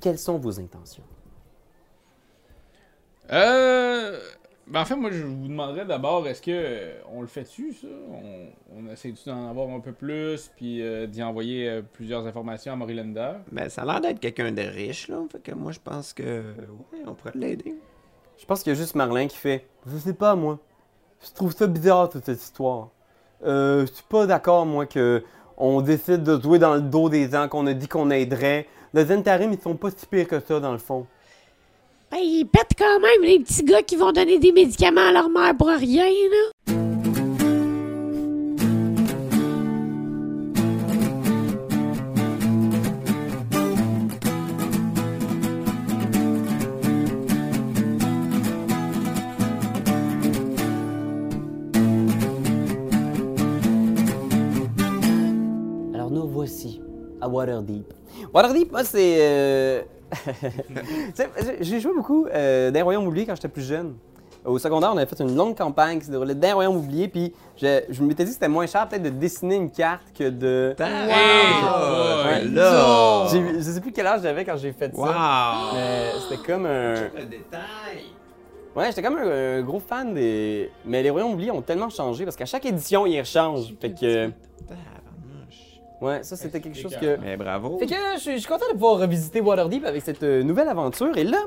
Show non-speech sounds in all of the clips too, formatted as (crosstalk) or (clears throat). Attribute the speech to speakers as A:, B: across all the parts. A: Quelles sont vos intentions?
B: Euh. Ben en fait, moi, je vous demanderais d'abord, est-ce que euh, on le fait-tu, ça On, on essaie-tu d'en avoir un peu plus, puis euh, d'y envoyer euh, plusieurs informations à Morilander
C: Ben, ça a l'air d'être quelqu'un de riche, là. Fait que moi, je pense que. Ouais, on pourrait l'aider.
A: Je pense qu'il y a juste Marlin qui fait Je sais pas, moi. Je trouve ça bizarre, toute cette histoire. Euh, je suis pas d'accord, moi, que on décide de jouer dans le dos des gens qu'on a dit qu'on aiderait. Les Zentarim, ils sont pas si pires que ça, dans le fond.
D: Ben, ils pètent quand même les petits gars qui vont donner des médicaments à leur mère pour rien, là.
A: Alors nous voici à Waterdeep. Waterdeep, moi c'est... euh, (laughs) tu sais, J'ai joué beaucoup euh, d'un royaume oublié quand j'étais plus jeune. Au secondaire, on avait fait une longue campagne qui se déroulait d'un royaume oublié, puis je, je m'étais dit que c'était moins cher peut-être de dessiner une carte que de...
C: Hey,
A: Ouais.
C: Oh, là!
A: J'ai- Je sais plus quel âge j'avais quand j'ai fait ça.
C: Wow!
A: mais C'était comme un...
C: Le détail!
A: Ouais, j'étais comme un, un gros fan des... Mais les royaumes oubliés ont tellement changé, parce qu'à chaque édition, ils rechangent. Fait que...
C: Tabarnouche.
A: Ouais, ça c'était quelque chose que...
C: Mais Ben, bravo!
A: Fait que je suis- je suis content de pouvoir revisiter Waterdeep avec cette euh, nouvelle aventure. Et là,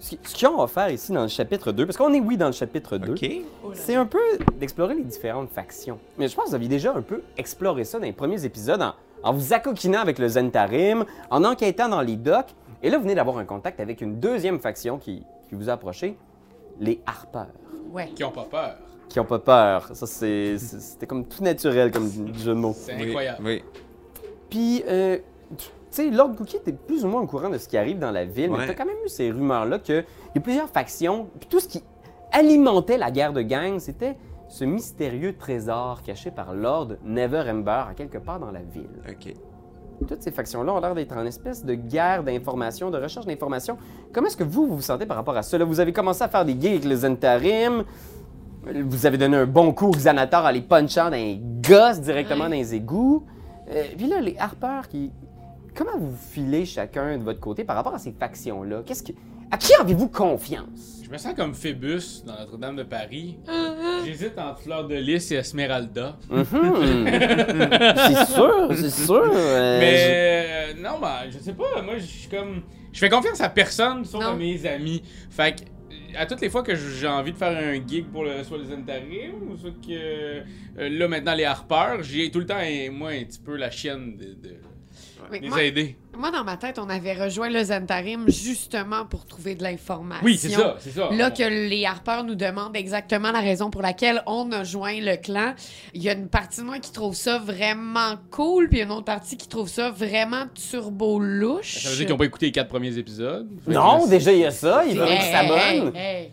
A: ce qui- ce qu'ils ont offert ici dans le chapitre 2, parce qu'on est, oui, dans le chapitre 2,
C: Ok.
D: Oh
A: c'est un peu d'explorer les différentes factions. Mais je pense que vous aviez déjà un peu exploré ça dans les premiers épisodes en, en vous accoquinant avec le Zentarim, en enquêtant dans les docks. Et là, vous venez d'avoir un contact avec une deuxième faction qui, qui vous a approché, les Harpeurs,
D: Ouais.
B: Qui ont pas peur.
A: qui ont pas peur. Ça, c'est- c'est- c'était comme tout naturel comme jeu de mots.
B: C'est
C: Oui,
B: incroyable.
C: Oui.
A: Puis, euh, tu tu sais, Lord Cookie était plus ou moins au courant de ce qui arrive dans la ville, mais
C: Ouais.
A: t'as quand même eu ces rumeurs-là qu'il y a plusieurs factions. Puis tout ce qui alimentait la guerre de gang, c'était ce mystérieux trésor caché par Lord Never Ember à quelque part dans la ville.
C: Ok.
A: Toutes ces factions-là ont l'air d'être en espèce de guerre d'information, de recherche d'information. Comment est-ce que vous, vous vous sentez par rapport à cela? Vous avez commencé à faire des gigs avec les Zentarim. Vous avez donné un bon coup aux Xanatar en les punchant d'un gosse directement
D: Ouais.
A: dans les égouts. Euh, puis là, les harpeurs qui. Comment vous filez chacun de votre côté par rapport à ces factions-là? Qu'est-ce que. À qui avez-vous confiance?
B: Je me sens comme Phébus dans Notre-Dame de Paris. J'hésite entre Fleur de Lys et Esmeralda.
A: Mhm. c'est sûr, c'est sûr. euh,
B: Mais euh, non, ben, je sais pas. Moi, je suis comme. Je fais confiance à personne, sauf
D: Non.
B: à mes amis. Fait que. À toutes les fois que j'ai envie de faire un gig pour le, soit les Antarim ou soit que. euh, là, maintenant, les harpeurs, j'ai tout le temps, un- moi, un petit peu la chienne de, de
D: Mais
B: les
D: moi,
B: aider.
D: moi, dans ma tête, on avait rejoint le Zentarim justement pour trouver de l'information.
B: Oui, c'est ça, c'est ça.
D: Là
B: On-
D: que les harpeurs nous demandent exactement la raison pour laquelle on a joint le clan, il y a une partie de moi qui trouve ça vraiment cool, puis une autre partie qui trouve ça vraiment turbo louche.
B: Ça veut dire qu'ils ont pas écouté les quatre premiers épisodes. Fait que
A: Non,
B: là,
A: déjà, il y a ça. Il
D: Hey,
A: veut qu'ils
D: hey,
A: s'abonnent.
D: hey, hey.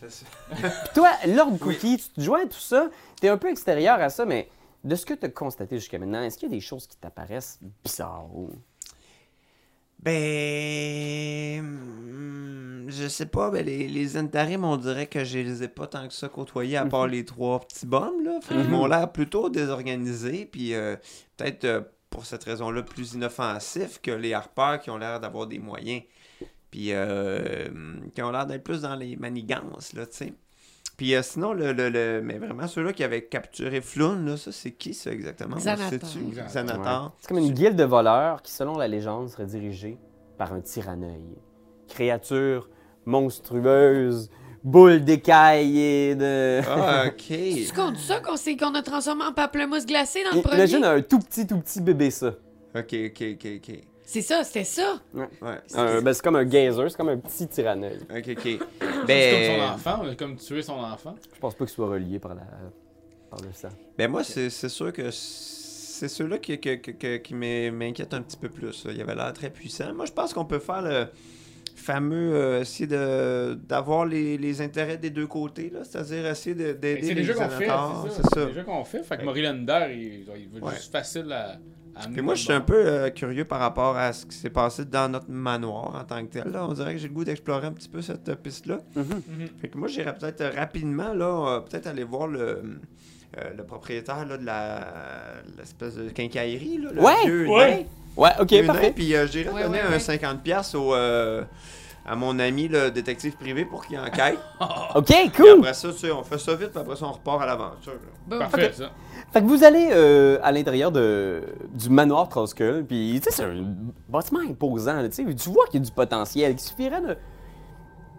A: Puis toi, Lord Cookie, tu te joins à tout ça, t'es un peu extérieur à ça, mais de ce que tu as constaté jusqu'à maintenant, est-ce qu'il y a des choses qui t'apparaissent bizarres? ou-
C: Ben. hmm, Je sais pas, ben les, les Zentarim, on dirait que je les ai pas tant que ça côtoyés, à part les trois petits bombes, là. Fait qu'ils m'ont l'air plutôt désorganisés, puis euh, peut-être euh, pour cette raison-là plus inoffensifs que les harpeurs qui ont l'air d'avoir des moyens, puis euh, hmm, qui ont l'air d'être plus dans les manigances, là, tu sais. Puis euh, sinon, le, le- le- mais vraiment ceux-là qui avaient capturé Floun, là, ça, c'est qui ça exactement? On le
D: Xanatar.
C: sait-tu?
B: Xanatar.
C: Xanatar.
A: C'est comme une guilde de voleurs qui, selon la légende, serait dirigée par un tyranneuil. Créature monstrueuse, boule d'écailles et de...
C: Ah, ok.
D: Tu comptes ça qu'on s'est- qu'on a transformé en pamplemousse glacée dans le premier?
A: (laughs) Imagine un tout petit, tout petit bébé, ça.
C: Ok, ok, ok, ok.
D: C'est ça, c'était ça.
C: Ouais. Ah, euh,
A: Un- ben, c'est comme un gazer, c'est comme un petit tyranneuil.
C: Ok, ok.
B: C'est comme son
C: ben,
B: enfant, on a comme tuer son enfant.
A: Je pense pas qu'il soit relié par, la... par le sang.
C: ben moi, c'est c'est sûr que c'est ceux-là qui, que- que- que- qui m'in- m'inquiètent un petit peu plus. Il avait l'air très puissant. Moi, je pense qu'on peut faire le fameux euh, essayer de d'avoir les, les intérêts des deux côtés, là, c'est-à-dire essayer de-
B: Fait que
C: d'aider
B: C'est
C: les
B: déjà qu'on fait,
C: sénateurs,
B: c'est ça.
C: c'est
B: C'est
C: ça.
B: déjà qu'on fait. Fait que
C: Ouais.
B: Morilander, il, il va
C: Ouais.
B: juste facile à. à
C: Puis moi, je suis un peu euh, curieux par rapport à ce qui s'est passé dans notre manoir en tant que tel. là. On dirait que j'ai le goût d'explorer un petit peu cette euh, piste-là.
A: Mhm.
D: Mm-hmm.
C: Fait que moi, j'irais peut-être euh, rapidement, là, euh, peut-être aller voir le, euh, le propriétaire là, de la l'espèce de quincaillerie, là, le
A: Ouais!
C: vieux
B: Ouais!
C: nain.
A: Ouais,
C: Vieux
A: ok,
C: nain,
A: parfait.
C: Puis euh, j'ai
D: Ouais,
C: redonné
D: ouais, ouais.
C: un 50$ piastres au, euh, à mon ami, le détective privé, pour qu'il enquête.
A: Ok,
C: Puis
A: cool.
C: après ça, tu sais, on fait ça vite, puis après ça, on repart à l'aventure. là.
D: Boum.
B: Parfait, ça.
A: Fait que vous allez euh, à l'intérieur de, du manoir Troskull, puis tu sais, c'est un bâtiment imposant, là, tu sais, tu vois qu'il y a du potentiel, qu'il suffirait de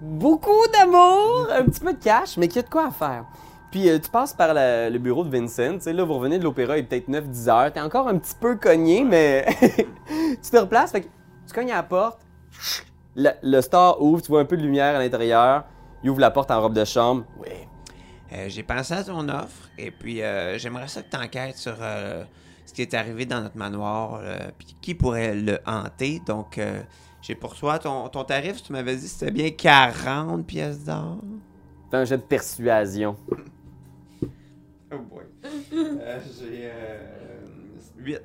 A: beaucoup d'amour, un petit peu de cash, mais qu'il y a de quoi à faire. Puis euh, tu passes par la- le bureau de Vincent, tu sais, là, vous revenez de l'opéra, il est peut-être 9-10 heures, t'es encore un petit peu cogné, mais (laughs) tu te replaces, fait que tu cognes à la porte, le, le store ouvre, tu vois un peu de lumière à l'intérieur, il ouvre la porte en robe de chambre, ouais.
C: Euh, j'ai pensé à ton offre, et puis euh, j'aimerais ça que tu enquêtes sur euh, ce qui est arrivé dans notre manoir, euh, puis qui pourrait le hanter. Donc, euh, j'ai pour toi ton, ton tarif, tu m'avais dit que c'était bien 40 pièces d'or.
A: Fais un jet de persuasion.
C: Oh boy. Euh, j'ai euh, 8.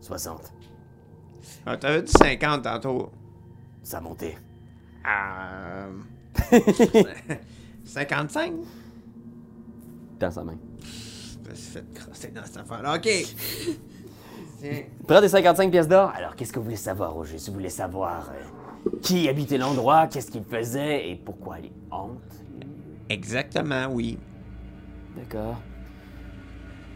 A: 60.
C: Ah, T'avais dit 50 tantôt.
A: Ça montait.
C: (laughs) Euh, 55?
A: Dans sa main.
C: Je me suis fait crosser dans cette affaire-là. OK. Tiens.
A: Prends des 55 pièces d'or. Alors, qu'est-ce que vous voulez savoir au juste Vous voulez savoir euh, qui habitait l'endroit, qu'est-ce qu'il faisait et pourquoi les hante
C: Exactement, oui.
A: D'accord.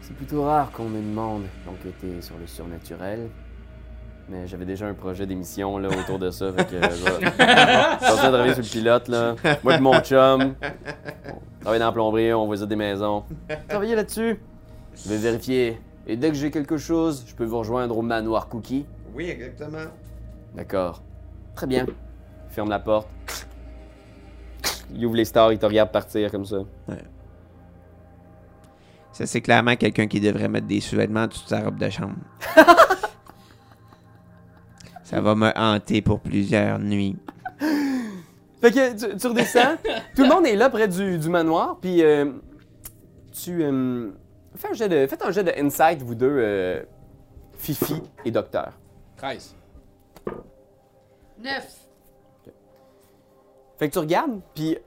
A: C'est plutôt rare qu'on me demande d'enquêter sur le surnaturel. Mais j'avais déjà un projet d'émission là autour de ça, fait que euh, je vais je vais sortir de travailler sur le pilote là. Moi et mon chum. On travaille dans la plomberie, on visite des maisons. Travaillez là-dessus. Je vais vérifier. Et dès que j'ai quelque chose, je peux vous rejoindre au manoir Cookie.
C: Oui, exactement.
A: D'accord. Très bien. Il Ferme la porte. Il ouvre les stars, il te regarde partir comme ça.
C: Ça, c'est clairement quelqu'un qui devrait mettre des sous-vêtements toute sa robe de (laughs) chambre. Ça va me hanter pour plusieurs nuits.
A: Fait que tu, tu (laughs) redescends. Tout le monde est là près du, du manoir. Puis euh, tu. euh, fais un jet de, faites un jet de insight, vous deux, euh, Fifi et Docteur.
B: 13.
D: Neuf.
A: Fait que tu regardes, puis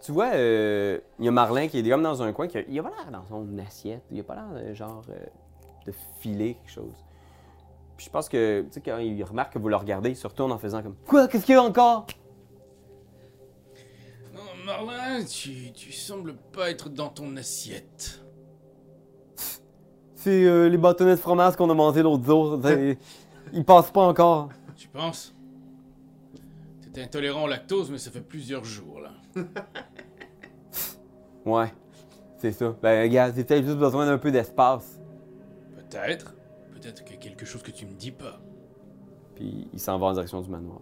A: tu vois, euh, il y a Marlin qui est comme dans un coin, qui a, il a pas l'air dans son assiette, il a pas l'air euh, genre euh, de filer quelque chose. Puis je pense que, tu sais, quand il remarque que vous le regardez, il se retourne en faisant comme Quoi Qu'est-ce qu'il y a encore
B: Non, Marlin, tu, tu sembles pas être dans ton assiette.
A: C'est euh, les bâtonnets de fromage qu'on a mangés l'autre jour, (laughs) c'est- ils passent pas encore.
B: Tu penses T'es intolérant au lactose, mais ça fait plusieurs jours, là.
A: Ouais, c'est ça. Ben, regarde, c'est peut-être juste besoin d'un peu d'espace.
B: Peut-être. Peut-être qu'il y a quelque chose que tu me dis pas.
A: Puis il s'en va en direction du manoir.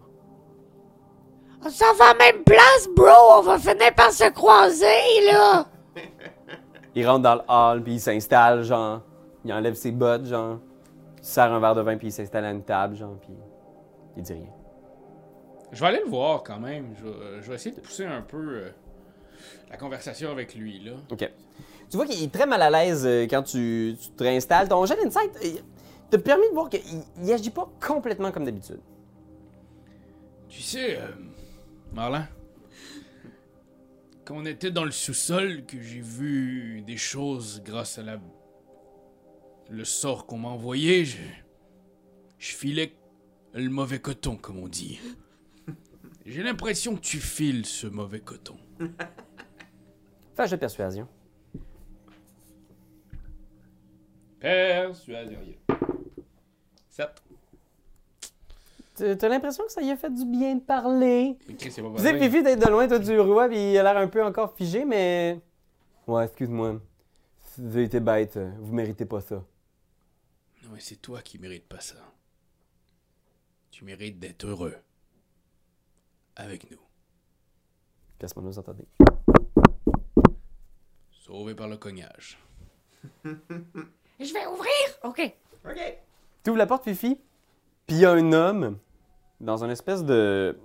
D: On s'en va à même place, bro! On va finir par se croiser, là!
A: Il rentre dans le hall, puis il s'installe, genre. Il enlève ses bottes, genre. Il sert un verre de vin, puis il s'installe à une table, genre, puis il dit rien.
B: Je vais aller le voir quand même. Je, vais- je vais essayer de pousser un peu euh, la conversation avec lui, là.
A: OK. Tu vois qu'il est très mal à l'aise euh, quand tu, tu te réinstalles. Ton jet d'insight euh, t'a permis de voir qu'il il agit pas complètement comme d'habitude.
B: Tu sais, euh, Marlin, quand on était dans le sous-sol, que j'ai vu des choses grâce à la... le sort qu'on m'a envoyé, je... je filais le mauvais coton, comme on dit. J'ai l'impression que tu files ce mauvais coton.
A: Fais un jet de persuasion.
B: Persuasion. 7.
A: T'as t'as l'impression que ça y a fait du bien de parler.
B: c'est pas
A: Tu sais, Fifi, t'es de loin, toi, du roi, puis il a l'air un peu encore figé, mais. Ouais, excuse-moi. Vous avez été bête. euh, Vous méritez pas ça.
B: Non, mais c'est toi qui mérites pas ça. Tu mérites d'être heureux. Avec nous.
A: Puis à ce moment-là, vous entendez.
B: Sauvé par le cognage.
D: Je vais ouvrir! OK.
C: OK.
A: Tu ouvres la porte, Fifi, puis il y a un homme dans une espèce de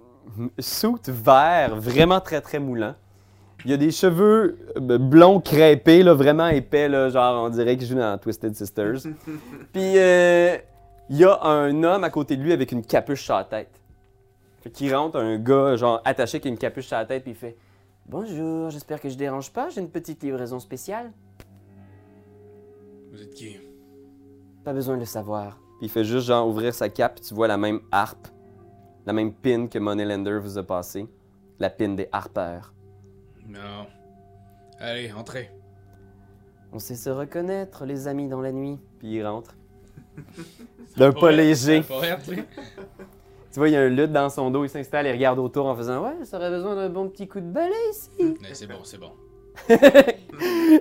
A: soute vert vraiment très très moulant. Il a des cheveux euh, blonds crêpés, là, vraiment épais, là, genre on dirait qu'il joue dans Twisted Sisters. puis euh, il y a un homme à côté de lui avec une capuche sur la tête. Fait qu'il rentre un gars genre attaché qui a une capuche sur la tête puis il fait Bonjour, j'espère que je dérange pas, j'ai une petite livraison spéciale.
B: Vous êtes qui?
A: Pas besoin de le savoir. Puis il fait juste genre ouvrir sa cape, puis tu vois la même harpe, la même pin que Moneylander vous a passée, la pin des harpeurs.
B: Non. Allez, entrez.
A: On sait se reconnaître, les amis, dans la nuit. Puis il rentre. D'un pas
B: Forêt,
A: léger.
B: la forêt, tu sais.
A: Tu vois, il y a un lutte dans son dos, il s'installe, il regarde autour en faisant Ouais, ça aurait besoin d'un bon petit coup de balai ici. (laughs)
B: Mais c'est bon, c'est bon.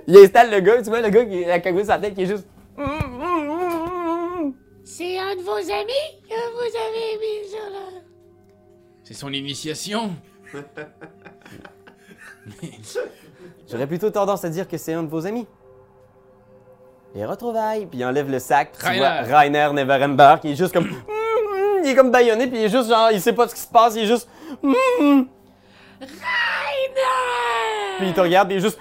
A: il installe le gars, tu vois, le gars qui a cagouille sur sa tête, qui est juste.
E: C'est un de vos amis que vous avez mis sur la...
B: C'est son initiation.
A: J'aurais plutôt tendance à dire que c'est un de vos amis. Les retrouvailles. Puis il enlève le sac. puis Tu
B: Rainer.
A: vois Rainer Neverember qui est juste comme. mm, Il est comme baïonné, puis il est juste genre, il sait pas ce qui se passe, il est juste. mm, Rainer! Puis il te regarde, puis il est juste.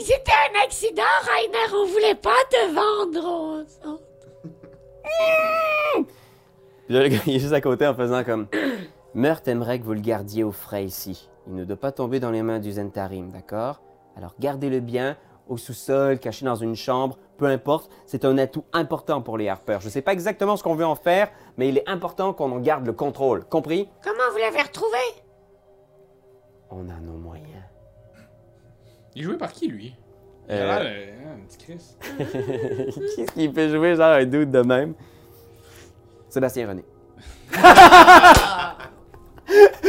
E: C'était un accident, Rainer, on voulait pas te vendre. on- on-
A: Puis là, le gars, (laughs) il est juste à côté en faisant comme. (clears throat) Meurthe aimerait que vous le gardiez au frais ici. Il ne doit pas tomber dans les mains du Zentarim, d'accord Alors gardez-le bien, au sous-sol, caché dans une chambre, peu importe. C'est un atout important pour les harpeurs. Je ne sais pas exactement ce qu'on veut en faire, mais il est important qu'on en garde le contrôle. Compris
E: Comment vous l'avez retrouvé
A: On a nos moyens.
B: Il est joué par qui, lui? Il a
A: Euh,
B: l'air, euh, un petit Chris.
A: (laughs) Qu'est-ce qui fait jouer genre un dude de même Sébastien René. C'est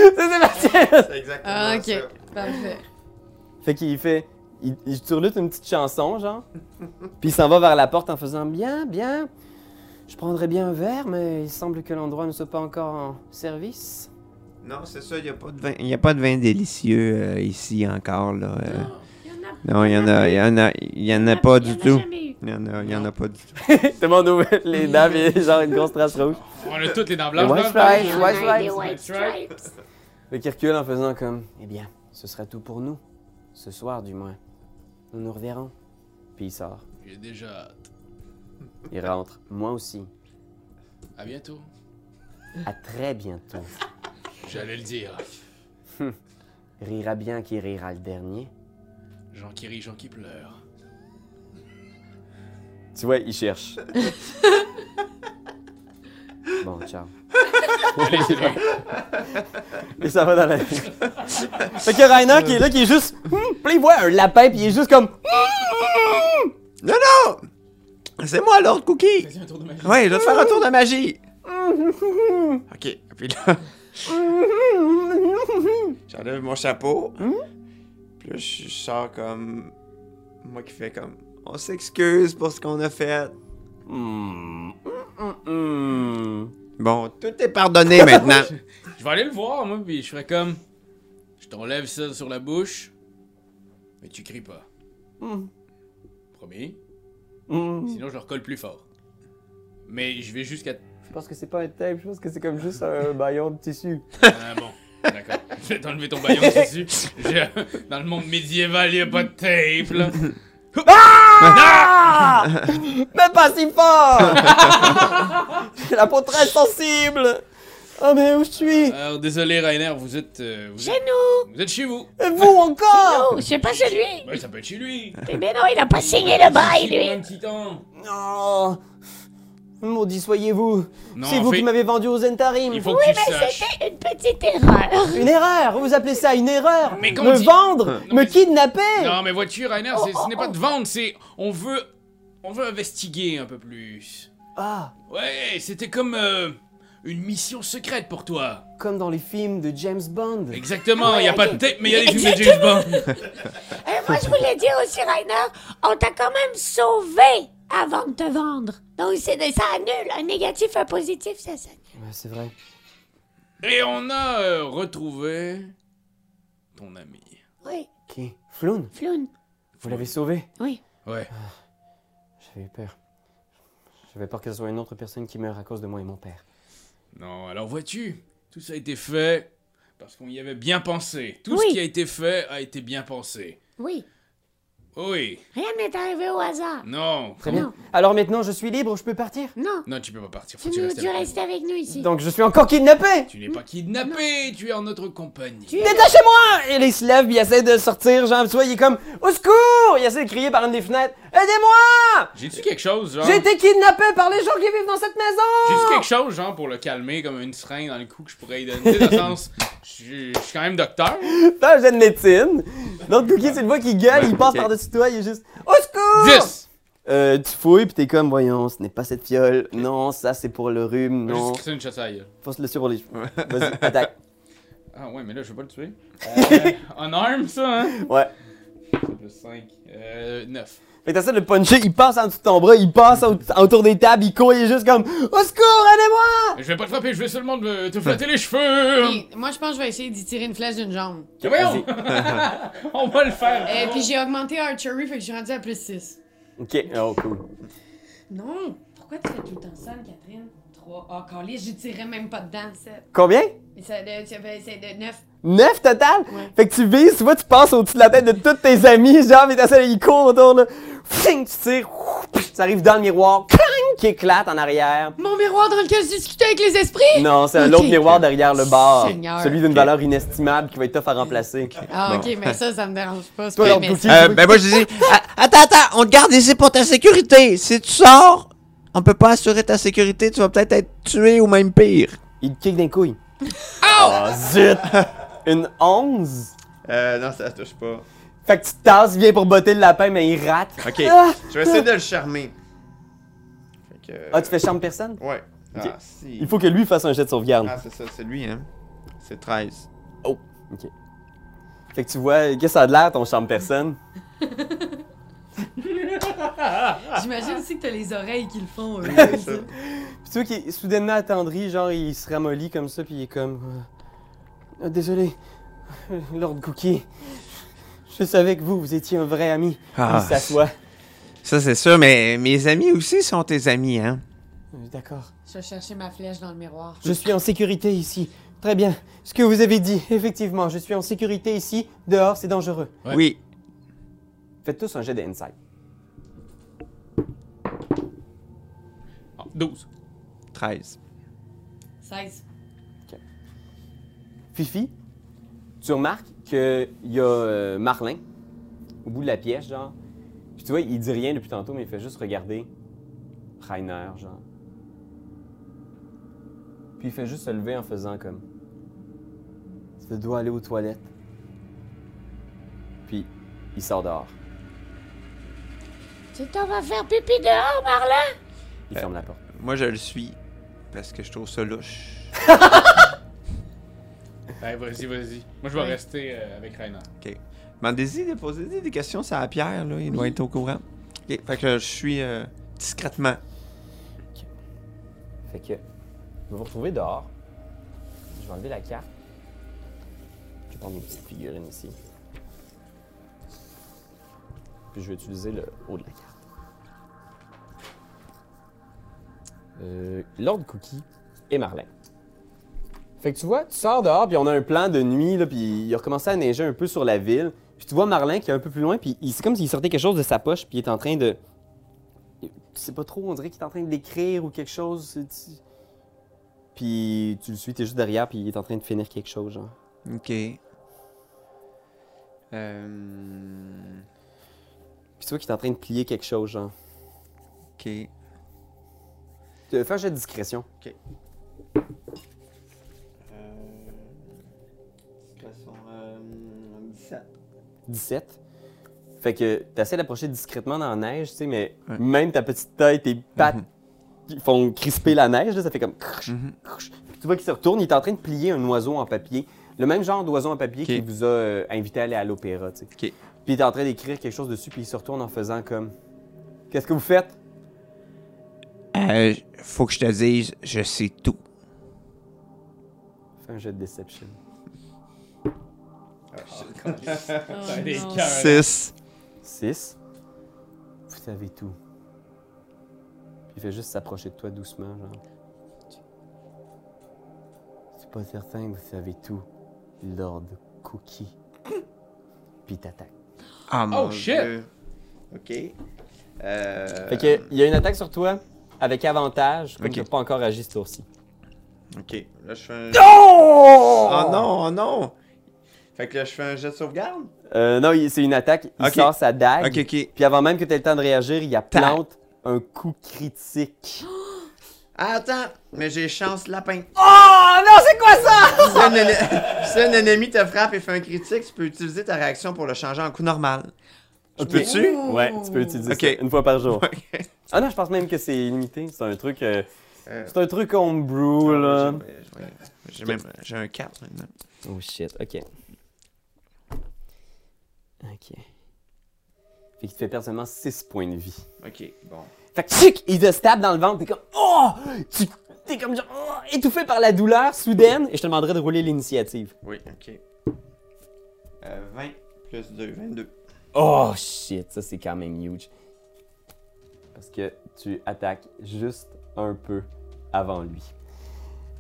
A: Sébastien
C: (laughs) C'est exactement
D: Ah, ok.
C: ça.
D: Parfait.
A: Fait qu'il fait. Il, il turlute une petite chanson, genre. Puis il s'en va vers la porte en faisant Bien, bien. Je prendrais bien un verre, mais il semble que l'endroit ne soit pas encore en service.
C: Non, c'est ça, il n'y a, pas de vin- y a pas de vin délicieux euh, ici encore. Là, euh.
E: Il y en a,
C: Non, il n'y en a, y en a, y en a pas du tout.
E: jamais eu.
C: Ah, Il n'y en, a- y en a pas du tout.
A: (laughs) Tout le monde ouvre les dents, puis genre une grosse trace rouge.
B: On a toutes les dents
A: Les
B: blanches.
A: White
B: blanches,
A: Stripes,
B: hein. blanches.
E: Il y en
A: White
E: a eu des
A: Stripes.
E: White Stripes.
A: (laughs) Fait qu'il recule en faisant comme Eh bien, ce sera tout pour nous. Ce soir, du moins. Nous nous reverrons. Puis il sort.
B: J'ai déjà hâte.
A: Il rentre. Moi aussi.
B: À bientôt.
A: À très bientôt.
B: J'allais le dire.
A: Rira bien qui rira le dernier.
B: Jean qui rit, Jean qui pleure.
A: Tu vois, il cherche. bon, ciao.
B: Allez, salut.
A: Et ça va dans la. fait que Rainer qui est là, qui est juste. Hum, Puis là, il voit un lapin, puis il est juste comme.
C: Non, non! C'est moi, Lord Cookie!
B: Vas-y, un tour de magie.
C: Ouais, je vais te faire un tour de
F: (laughs)
C: magie! ok, puis là, j'enlève mon chapeau.
F: Hmm?
C: Puis là, je je sors comme. Moi qui fais comme. On s'excuse pour ce qu'on a fait.
A: Hum, hum, hum.
C: Bon, tout est
F: (laughs)
C: pardonné maintenant.
B: Je vais aller le voir, moi, puis je ferai comme. Je t'enlève ça sur la bouche, mais tu cries pas.
A: Hum.
B: Promis.
A: Hum.
B: Sinon, je le recolle plus fort. Mais je vais jusqu'à.
A: Je pense que c'est pas un tape, je pense que c'est comme juste (laughs) un baillon de tissu.
B: Ah bon, d'accord. (laughs) Je vais t'enlever ton baillon dessus. Je- Dans le monde médiéval, y a pas de tape, là.
A: Ah! Mais pas si fort! (laughs) J'ai la peau très sensible! Oh, mais où je suis?
B: Alors, désolé, Rainer, vous êtes. euh, vous,
E: Chez
B: êtes
E: nous.
B: vous êtes chez vous.
A: Et vous encore?
E: Oh, c'est pas chez lui.
B: Ouais, ça peut être chez lui.
E: Mais non, il a pas signé le bail,
B: Chez
E: lui.
B: un petit temps.
A: Non! Maudit soyez-vous!
B: Non,
A: C'est vous
B: en fait,
A: qui m'avez vendu aux Zentarim!
B: il faut que tu
E: Mais
B: saches.
E: c'était une petite erreur.
A: Une erreur! Vous appelez ça une erreur!
B: Mais qu'on
A: me
B: dit-
A: vendre!
B: Non,
A: me
B: mais-
A: kidnapper!
B: Non, mais vois-tu, Rainer, c'est- ce n'est pas
E: Oh,
B: de vendre, c'est. On veut. On veut investiguer un peu plus.
A: Ah!
B: Ouais, c'était comme. euh, une mission secrète pour toi.
A: Comme dans les films de James Bond.
B: Exactement, il y a pas de tape, mais il y a les films de James
E: Exactement.
B: Bond.
E: Et moi, je voulais dire aussi, Rainer, on t'a quand même sauvé avant de te vendre. Donc, c'est ça annule. Un négatif, un positif, ça s'annule.
A: Ouais, c'est vrai.
B: Et on a euh, retrouvé ton ami.
E: Oui,
A: Ok. Floun,
E: Floun.
A: vous l'avez sauvé?
E: Oui.
B: Ouais.
A: J'avais eu peur. J'avais peur que ce soit une autre personne qui meure à cause de moi et mon père.
B: Non, alors vois-tu, tout ça a été fait parce qu'on y avait bien pensé. Tout
E: Oui.
B: ce qui a été fait a été bien pensé.
E: Oui.
B: Oui.
E: Rien n'est arrivé au hasard.
B: Non.
A: Très
E: Non.
A: bien. Alors maintenant, je suis libre, je peux partir.
E: Non,
B: Non, tu peux pas partir. Faut que tu
E: tu, nous,
B: restes
E: tu
B: avec nous.
E: restes avec nous ici.
A: Donc je suis encore kidnappé.
B: Tu n'es pas kidnappé, tu es en notre compagnie.
E: Tu-
A: Détachez-moi! Et il se lève, puis il essaie de sortir. Genre, tu vois, il est comme Au secours! Il essaie de crier par une des fenêtres. Aidez-moi!
B: J'ai-tu quelque chose, genre?
A: J'ai été kidnappé par les gens qui vivent dans cette maison!
B: J'ai-tu quelque chose, genre, pour le calmer, comme une seringue dans le cou que je pourrais lui donner? Tu sais, dans le sens, je je suis quand même docteur.
A: Fais un jet de médecine. L'autre cookie, tu le vois qui gueule, il passe
C: ok.
A: par-dessus toi, il est juste Au secours!
B: 10!
A: Euh, tu fouilles, puis t'es comme Voyons, ce n'est pas cette fiole. Non, ça c'est pour le rhume. Non.
B: Juste crisser une chasse à la gueule.
A: Faut se le sur les cheveux. Vas-y, attaque.
B: Ah ouais, mais là, je vais pas le tuer. Euh, en arme, ça, hein?
A: Ouais.
B: Plus 5. Euh, 9.
A: Fait que t'essaies de le puncher, il passe en dessous de ton bras, il passe au- autour des tables, il court, il est juste comme Au secours, aidez-moi!
B: Je vais pas te frapper, je vais seulement te, te flatter les cheveux!
D: Et moi, je pense que je vais essayer d'y tirer une flèche d'une jambe.
B: Voyons! (laughs) On va le faire!
D: Et puis j'ai augmenté Archery, fait que je suis rendu à plus 6.
A: Ok, oh cool.
D: Non, pourquoi tu fais tout le temps ça, Catherine? 3. Ah, oh, j'y tirais même pas dedans. 7.
A: Combien?
D: Et ça, de, tu avais essayé de 9.
A: 9 total?
D: Ouais.
A: Fait que tu vises, tu vois, tu passes au-dessus de la tête de tous tes amis, genre, mais t'as ça, ils courent autour, là. Fling, tu tires, ouf, pff, ça arrive dans le miroir, clang, qui éclate en arrière.
D: Mon miroir dans lequel je discutais avec les esprits?
A: Non, c'est un
D: Ok.
A: autre miroir derrière le bar.
D: Seigneur.
A: Celui d'une valeur inestimable qui va être tough à remplacer.
D: Ah,
C: Bon.
D: ok, mais ça, ça me dérange pas. C'est
A: Toi,
D: pas
A: alors,
D: un
A: Bouki,
D: message.
C: Euh, ben moi je
F: (laughs)
C: dis, Ah, attends, attends, on te garde ici pour ta sécurité. Si tu sors, on peut pas assurer ta sécurité, tu vas peut-être être tué ou même pire.
A: Il te kick d'un couille. Oh! zut! Une 11?
F: Euh, non, ça touche pas.
A: Fait que tu te tasses, viens pour botter le lapin, mais il rate.
F: Ok,
A: Ah!
F: je vais essayer de le charmer. Fait que...
A: Ah, tu fais charme personne?
F: Ouais.
A: Ok.
F: Ah, si.
A: Il faut que lui fasse un jet de sauvegarde.
F: Ah, c'est ça, c'est lui, hein. C'est 13.
A: Fait que tu vois, qu'est-ce que ça a de l'air ton charme personne?
D: J'imagine aussi que t'as les oreilles qui le
A: (laughs)
D: font. eux.
A: Puis tu vois qu'il est soudainement attendri, genre il se ramollit comme ça, puis il est comme. euh, Ah, désolé, euh, Lord Cookie. Je savais que vous, vous étiez un vrai ami.
C: Ah.
A: Il s'assoit.
C: Ça c'est sûr, mais mes amis aussi sont tes amis, hein.
A: Euh, D'accord.
D: je vais chercher ma flèche dans le miroir.
A: Je suis en sécurité ici. Très bien. Ce que vous avez dit, effectivement, je suis en sécurité ici. Dehors, c'est dangereux.
B: Ouais.
C: Oui.
A: Faites tous un jet d'insight.
B: Ah, 12.
C: 13.
D: 16.
A: Fifi, tu remarques qu'il y a euh, Marlin au bout de la pièce, genre. Puis tu vois, il dit rien depuis tantôt, mais il fait juste regarder Rainer, genre. Puis il fait juste se lever en faisant comme. Tu dois aller aux toilettes. Puis il sort dehors.
E: Tu t'en vas faire pipi dehors, Marlin?
A: Il ferme la porte.
C: Moi je le suis parce que je trouve ça louche.
B: Allez, Ben, vas-y, vas-y. Moi, je vais
D: Ouais.
B: rester euh, avec Rainer.
C: Mandez-y, posez-y des questions ça à Pierre, là, il doit être au courant. Ok, fait que je suis euh, discrètement.
A: Fait que vous vous retrouvez dehors. Je vais enlever la carte. Je vais prendre mes petites figurines ici. Puis je vais utiliser le haut de la carte. Euh, Lord Cookie et Marlin. Fait que tu vois, tu sors dehors, puis on a un plan de nuit, là, puis il a recommencé à neiger un peu sur la ville. Puis tu vois Marlin qui est un peu plus loin, puis il- c'est comme s'il sortait quelque chose de sa poche, puis il est en train de. Tu sais pas trop, on dirait qu'il est en train d'écrire ou quelque chose. c'est- tu- Puis tu le suis, t'es juste derrière, puis il est en train de finir quelque chose, genre.
C: Ok. Euh,
A: Puis tu vois qu'il est en train de plier quelque chose, genre.
C: ok.
A: Euh, Fais un jet de discrétion.
F: Discrétion, euh, 17.
A: 17. Fait que t'essaies d'approcher discrètement dans la neige, tu sais, mais
C: Ouais.
A: même ta petite taille, tes pattes qui font crisper la neige, là, ça fait comme crunch,
C: Mhm.
A: crunch. Puis tu vois qu'il se retourne, il est en train de plier un oiseau en papier. Le même genre d'oiseau en papier
C: Ok.
A: qui vous a euh, invité à aller à l'opéra, tu sais.
C: Ok.
A: Puis il est en train d'écrire quelque chose dessus, puis il se retourne en faisant comme... Qu'est-ce que vous faites?
C: Euh, faut que je te dise, je sais tout.
A: Fais un jet de deception.
B: T'as des
D: Oh, non.
B: cœurs.
C: 6.
A: 6. Vous savez tout. Puis il fait juste s'approcher de toi doucement, genre. C'est pas certain que vous savez tout, Lord Cookie. Puis il t'attaque.
C: Ah,
B: shit.
C: Dieu. Ok. Euh,
A: Fait que, il y a une attaque sur toi avec avantage, comme
C: Ok.
A: tu n'as pas encore agi ce tour-ci.
C: Ok. Là, je fais un. Oh! non, oh non! Fait que là, je fais un jet de sauvegarde.
A: Euh, non, il- c'est une attaque. Il
C: Ok.
A: sort sa dague.
C: Ok, ok.
A: Puis avant même que tu aies le temps de réagir, il y a plante un coup critique.
C: Attends, mais j'ai chance lapin.
A: Oh non, c'est quoi ça?
C: Si un, enne- si un ennemi te frappe et fait un critique, tu peux utiliser ta réaction pour le changer en coup normal. Je peux-tu?
D: Ouh.
A: Ouais, tu peux utiliser
C: Ok.
A: ça une fois par jour.
C: (laughs) Ok.
A: Ah non, je pense même que c'est illimité. C'est un truc. euh,
C: Euh, Ah,
A: c'est un truc homebrew, là.
C: j'ai- J'ai même- j'ai un 4 maintenant.
A: Oh shit, ok. Ok. Fait qu'il te fait personnellement 6 points de vie.
C: Ok, bon.
A: Fait que chic, il te stab dans le ventre, t'es comme Oh! Tu t'es comme genre oh, étouffé par la douleur soudaine. Et je te demanderai de rouler l'initiative.
C: Oui, ok. Euh, 20 plus 2, 22.
A: Oh shit, ça c'est quand même huge. Parce que tu attaques juste un peu avant lui.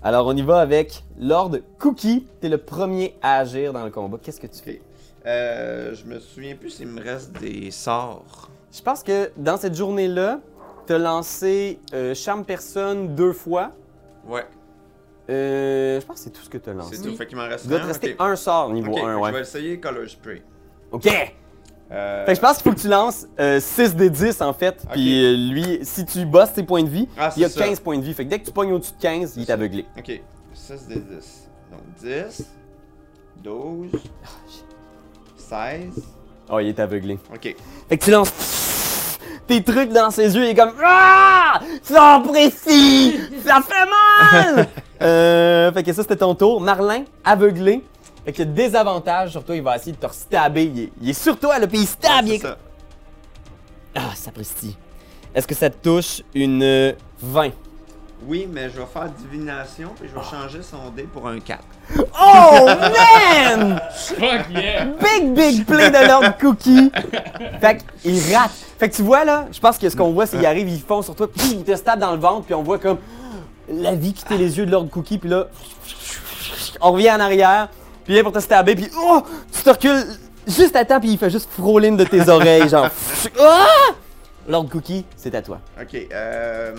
A: Alors on y va avec Lord Cookie. T'es le premier à agir dans le combat. Qu'est-ce que tu fais?
C: Euh, je me souviens plus s'il me reste des sorts.
A: Je pense que dans cette journée-là, t'as lancé euh, Charme Personne deux fois.
C: Ouais,
A: Euh, je pense que c'est tout ce que t'as lancé.
C: c'est tout. Fait qu'il m'en reste
A: Il doit te
C: un,
A: rester
C: ok.
A: un sort niveau
C: Ok, fait
A: 1,
C: que
A: ouais.
C: je vais essayer Color Spray.
A: OK! Fait
C: Euh,
A: que je pense qu'il faut que tu lances euh, 6 des 10 en fait. Puis euh, lui, si tu bosses tes points de vie,
C: Ah,
A: il y a
C: c'est ça.
A: 15 points de vie. Fait que dès que tu pognes au-dessus de 15, il est
C: ça.
A: aveuglé.
C: Ok, 6 des 10. Donc 10, 12, 16.
A: Oh, il est aveuglé.
C: Ok.
A: Fait que tu lances tes trucs dans ses yeux et il est comme Ah! Sans précis! Ça fait
C: (laughs)
A: mal! euh, fait que ça, c'était ton tour. Marlin, aveuglé. Fait que des avantages sur toi, il va essayer de te restabber. Il est, il est sur toi, le puis il stab. il
C: Ah, c'est
A: est
C: ça.
A: Ah, sapristi. Est-ce que ça te touche une euh, 20?
C: Oui, mais je vais faire divination puis je
A: Ah.
C: vais changer son dé pour un 4.
A: Oh, (laughs) man!
B: Fuck yeah!
A: Big, big play de Lord Cookie. Fait qu'il rate. Fait que tu vois, là, je pense que ce qu'on voit, c'est qu'il arrive, il fonce sur toi, puis il te stab dans le ventre, puis on voit comme la vie quitter les yeux de Lord Cookie, puis là, on revient en arrière, puis il vient pour te stabber, puis oh, tu te recules juste à temps, puis il fait juste frôler une de tes oreilles, genre. (laughs) Ah! Lord Cookie, c'est à toi.
C: Ok, euh.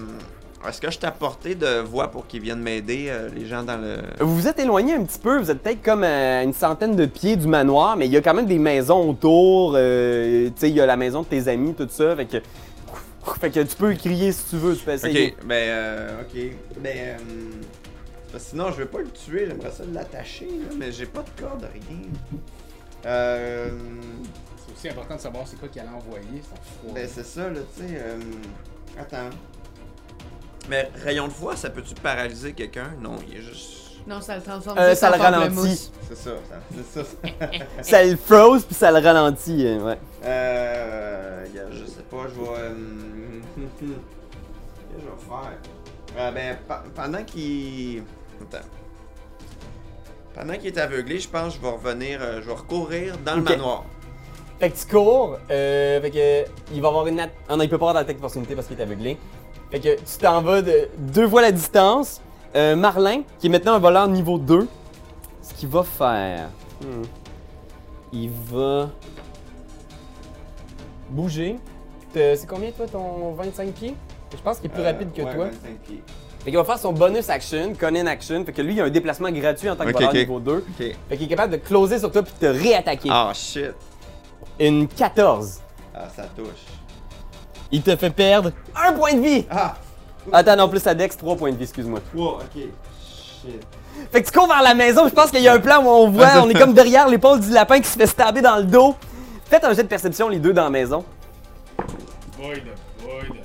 C: Est-ce que je t'ai porté de voix pour qu'ils viennent m'aider, euh, les gens dans le.
A: Vous vous êtes éloigné un petit peu, vous êtes peut-être comme à une centaine de pieds du manoir, mais il y a quand même des maisons autour. euh, tu sais, il y a la maison de tes amis, tout ça. Fait que, fait que tu peux crier si tu veux, tu peux essayer.
C: Ok, ben euh, ok. Ben euh, parce que sinon je veux pas le tuer, j'aimerais ça l'attacher, là, mais j'ai pas de corde, rien. Euh,
B: C'est aussi important de savoir c'est quoi qu'elle a envoyé, c'est un
C: ben c'est ça là, tu sais. euh, attends. Mais rayon de voix, ça peut-tu paralyser quelqu'un Non, il est juste.
D: Non, ça le transforme.
A: Euh,
D: juste
A: ça
D: en
A: le ralentit.
D: pamplemousse.
C: C'est ça, ça- c'est ça.
A: Ça le froze puis ça le ralentit. euh, Ouais.
C: euh, regarde, je sais pas, je vais. euh, (laughs) Qu'est-ce que je vais faire Ah ben pe- pendant qu'il. Attends. Pendant qu'il est aveuglé, je pense que je vais revenir, euh, je vais recourir dans le
A: Ok.
C: manoir.
A: Fait que tu cours, euh, fait que euh, il va avoir une attaque. Ah non, il peut pas avoir d'attaque d'opportunité parce qu'il est aveuglé. Fait que tu t'en vas de deux fois la distance. Euh, Marlin, qui est maintenant un voleur niveau 2, ce qu'il va faire. hmm, Il va. bouger. Te- C'est combien toi ton 25 pieds? Je pense qu'il est plus rapide que
C: Euh, ouais,
A: toi.
C: 25 pieds.
A: Fait qu'il va faire son bonus action, Conan action. Fait que lui, il a un déplacement gratuit en tant que
C: Ok,
A: voleur
C: ok.
A: niveau 2.
C: Ok.
A: Fait qu'il est capable de closer sur toi puis de te réattaquer.
C: Ah shit.
A: Une 14.
C: Ah, ça touche.
A: Il te fait perdre un point de vie!
C: Ah!
A: Attends, non, plus à Dex, trois points de vie, excuse-moi.
C: Wow, ok. Shit.
A: Fait que tu cours vers la maison, je pense qu'il y a un plan où on voit, on est comme derrière l'épaule du lapin qui se fait stabber dans le dos. Faites un jet de perception, les deux, dans la maison.
B: Void, void.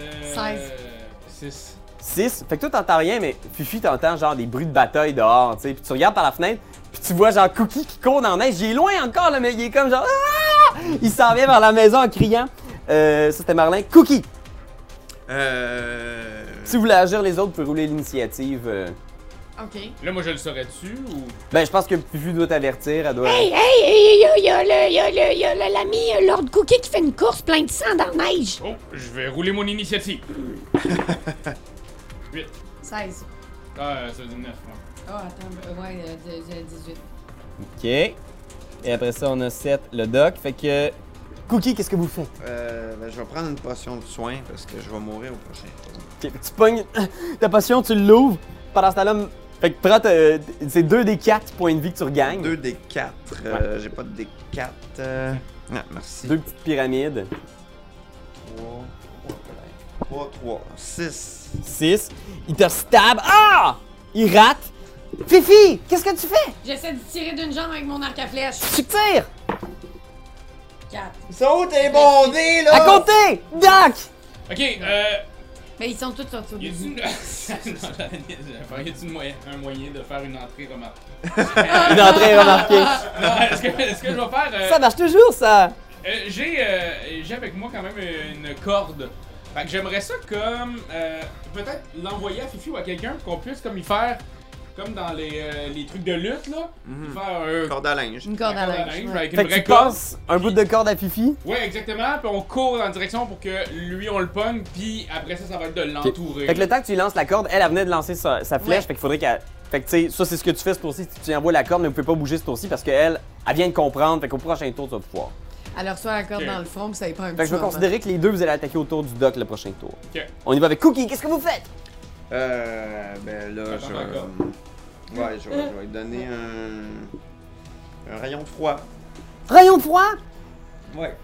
B: Euh,
D: 16.
B: 6.
A: 6. Fait que toi, t'entends rien, mais Fifi, t'entends genre des bruits de bataille dehors, tu sais. Puis tu regardes par la fenêtre, puis tu vois genre Cookie qui court dans la neige. Il est loin encore, là, mais il est comme genre. Ah! Il s'en vient vers la maison en criant. Euh, ça, c'était Marlin. Cookie!
C: Euh.
A: Si vous voulez agir, les autres, vous pouvez rouler l'initiative. euh.
D: OK.
B: Là, moi, je le saurais-tu ou.
A: Ben, je pense que Fifi doit t'avertir, elle doit.
E: Hey, hey, il y a le- y a le- y a le- l'ami euh, Lord Cookie qui fait une course plein de sang dans la neige.
B: Oh, je vais rouler mon initiative. 8.
D: 16.
B: Ah, ça veut dire 9.
D: Oh, Ah, attends. euh, Ouais, euh, d- d- 18.
A: Ok. Et après ça, on a 7, le doc. Fait que. Cookie, qu'est-ce que vous faites?
C: Euh, ben, je vais prendre une potion de soin parce que je vais mourir au prochain tour.
A: Ok, tu pognes ta potion, tu l'ouvres. Pendant ce temps-là, fait que prends ta- c'est 2 des 4 points de vie que tu regagnes.
C: 2 des 4. J'ai pas de des 4. Non, merci.
A: Deux petites pyramides.
C: 3, 3, 3, 6.
A: 6. Il te stab. Ah! Il rate. Fifi, qu'est-ce que tu fais?
D: J'essaie de tirer d'une jambe avec mon arc à flèche.
A: Tu tires!
D: Quatre.
C: Ils sont où tes bondés, là?
A: À compter! Doc!
B: Ok, euh.
D: Mais ils sont tous sortis au
B: Y a-t-il (laughs)
D: début.
B: une... Non, la niaise, j'allais faire, y a-t-il une moyen- un moyen de faire une entrée remarquée?
A: Une entrée remarquée.
B: Non, est-ce que, est-ce que je vais faire. euh,
A: Ça marche toujours, ça!
B: euh, j'ai, euh, j'ai avec moi quand même une corde. Fait que j'aimerais ça comme. euh, peut-être l'envoyer à Fifi ou à quelqu'un pour qu'on puisse comme y faire. Comme dans les, euh, les trucs de lutte là. y Faire un.
C: Hmm. Mhm. Corde à linge.
D: Une corde à
B: un
D: linge. ouais.
B: avec une
A: Fait que
B: vraie
A: tu
B: corde.
A: passes un bout de corde à Fifi.
B: Ouais, exactement. Puis on court dans la direction pour que lui on le pogne. Puis après ça, ça va être de l'entourer.
A: Fait que le temps que tu lui lances la corde, elle, elle venait de lancer sa, sa flèche.
D: Ouais.
A: Fait qu'il faudrait qu'elle. Fait que tu sais, ça, c'est ce que tu fais ce tour-ci. Tu lui envoies la corde, mais vous pouvez pas bouger ce tour-ci parce qu'elle, elle vient de comprendre. Fait qu'au prochain tour, tu vas pouvoir.
D: Elle leur reçoit la corde
B: Ok.
D: dans le front, puis ça y prend un petit
A: Fait que je vais
D: moment.
A: considérer que les deux, vous allez attaquer autour du doc le prochain tour.
B: Ok.
A: On y va avec Cookie, qu'est-ce que vous faites?
C: Euh, ben là,
B: Attends
C: je vais.
B: encore.
C: Ouais, je vais, je vais lui donner un. Un rayon de froid.
A: Rayon de froid!
C: Ouais.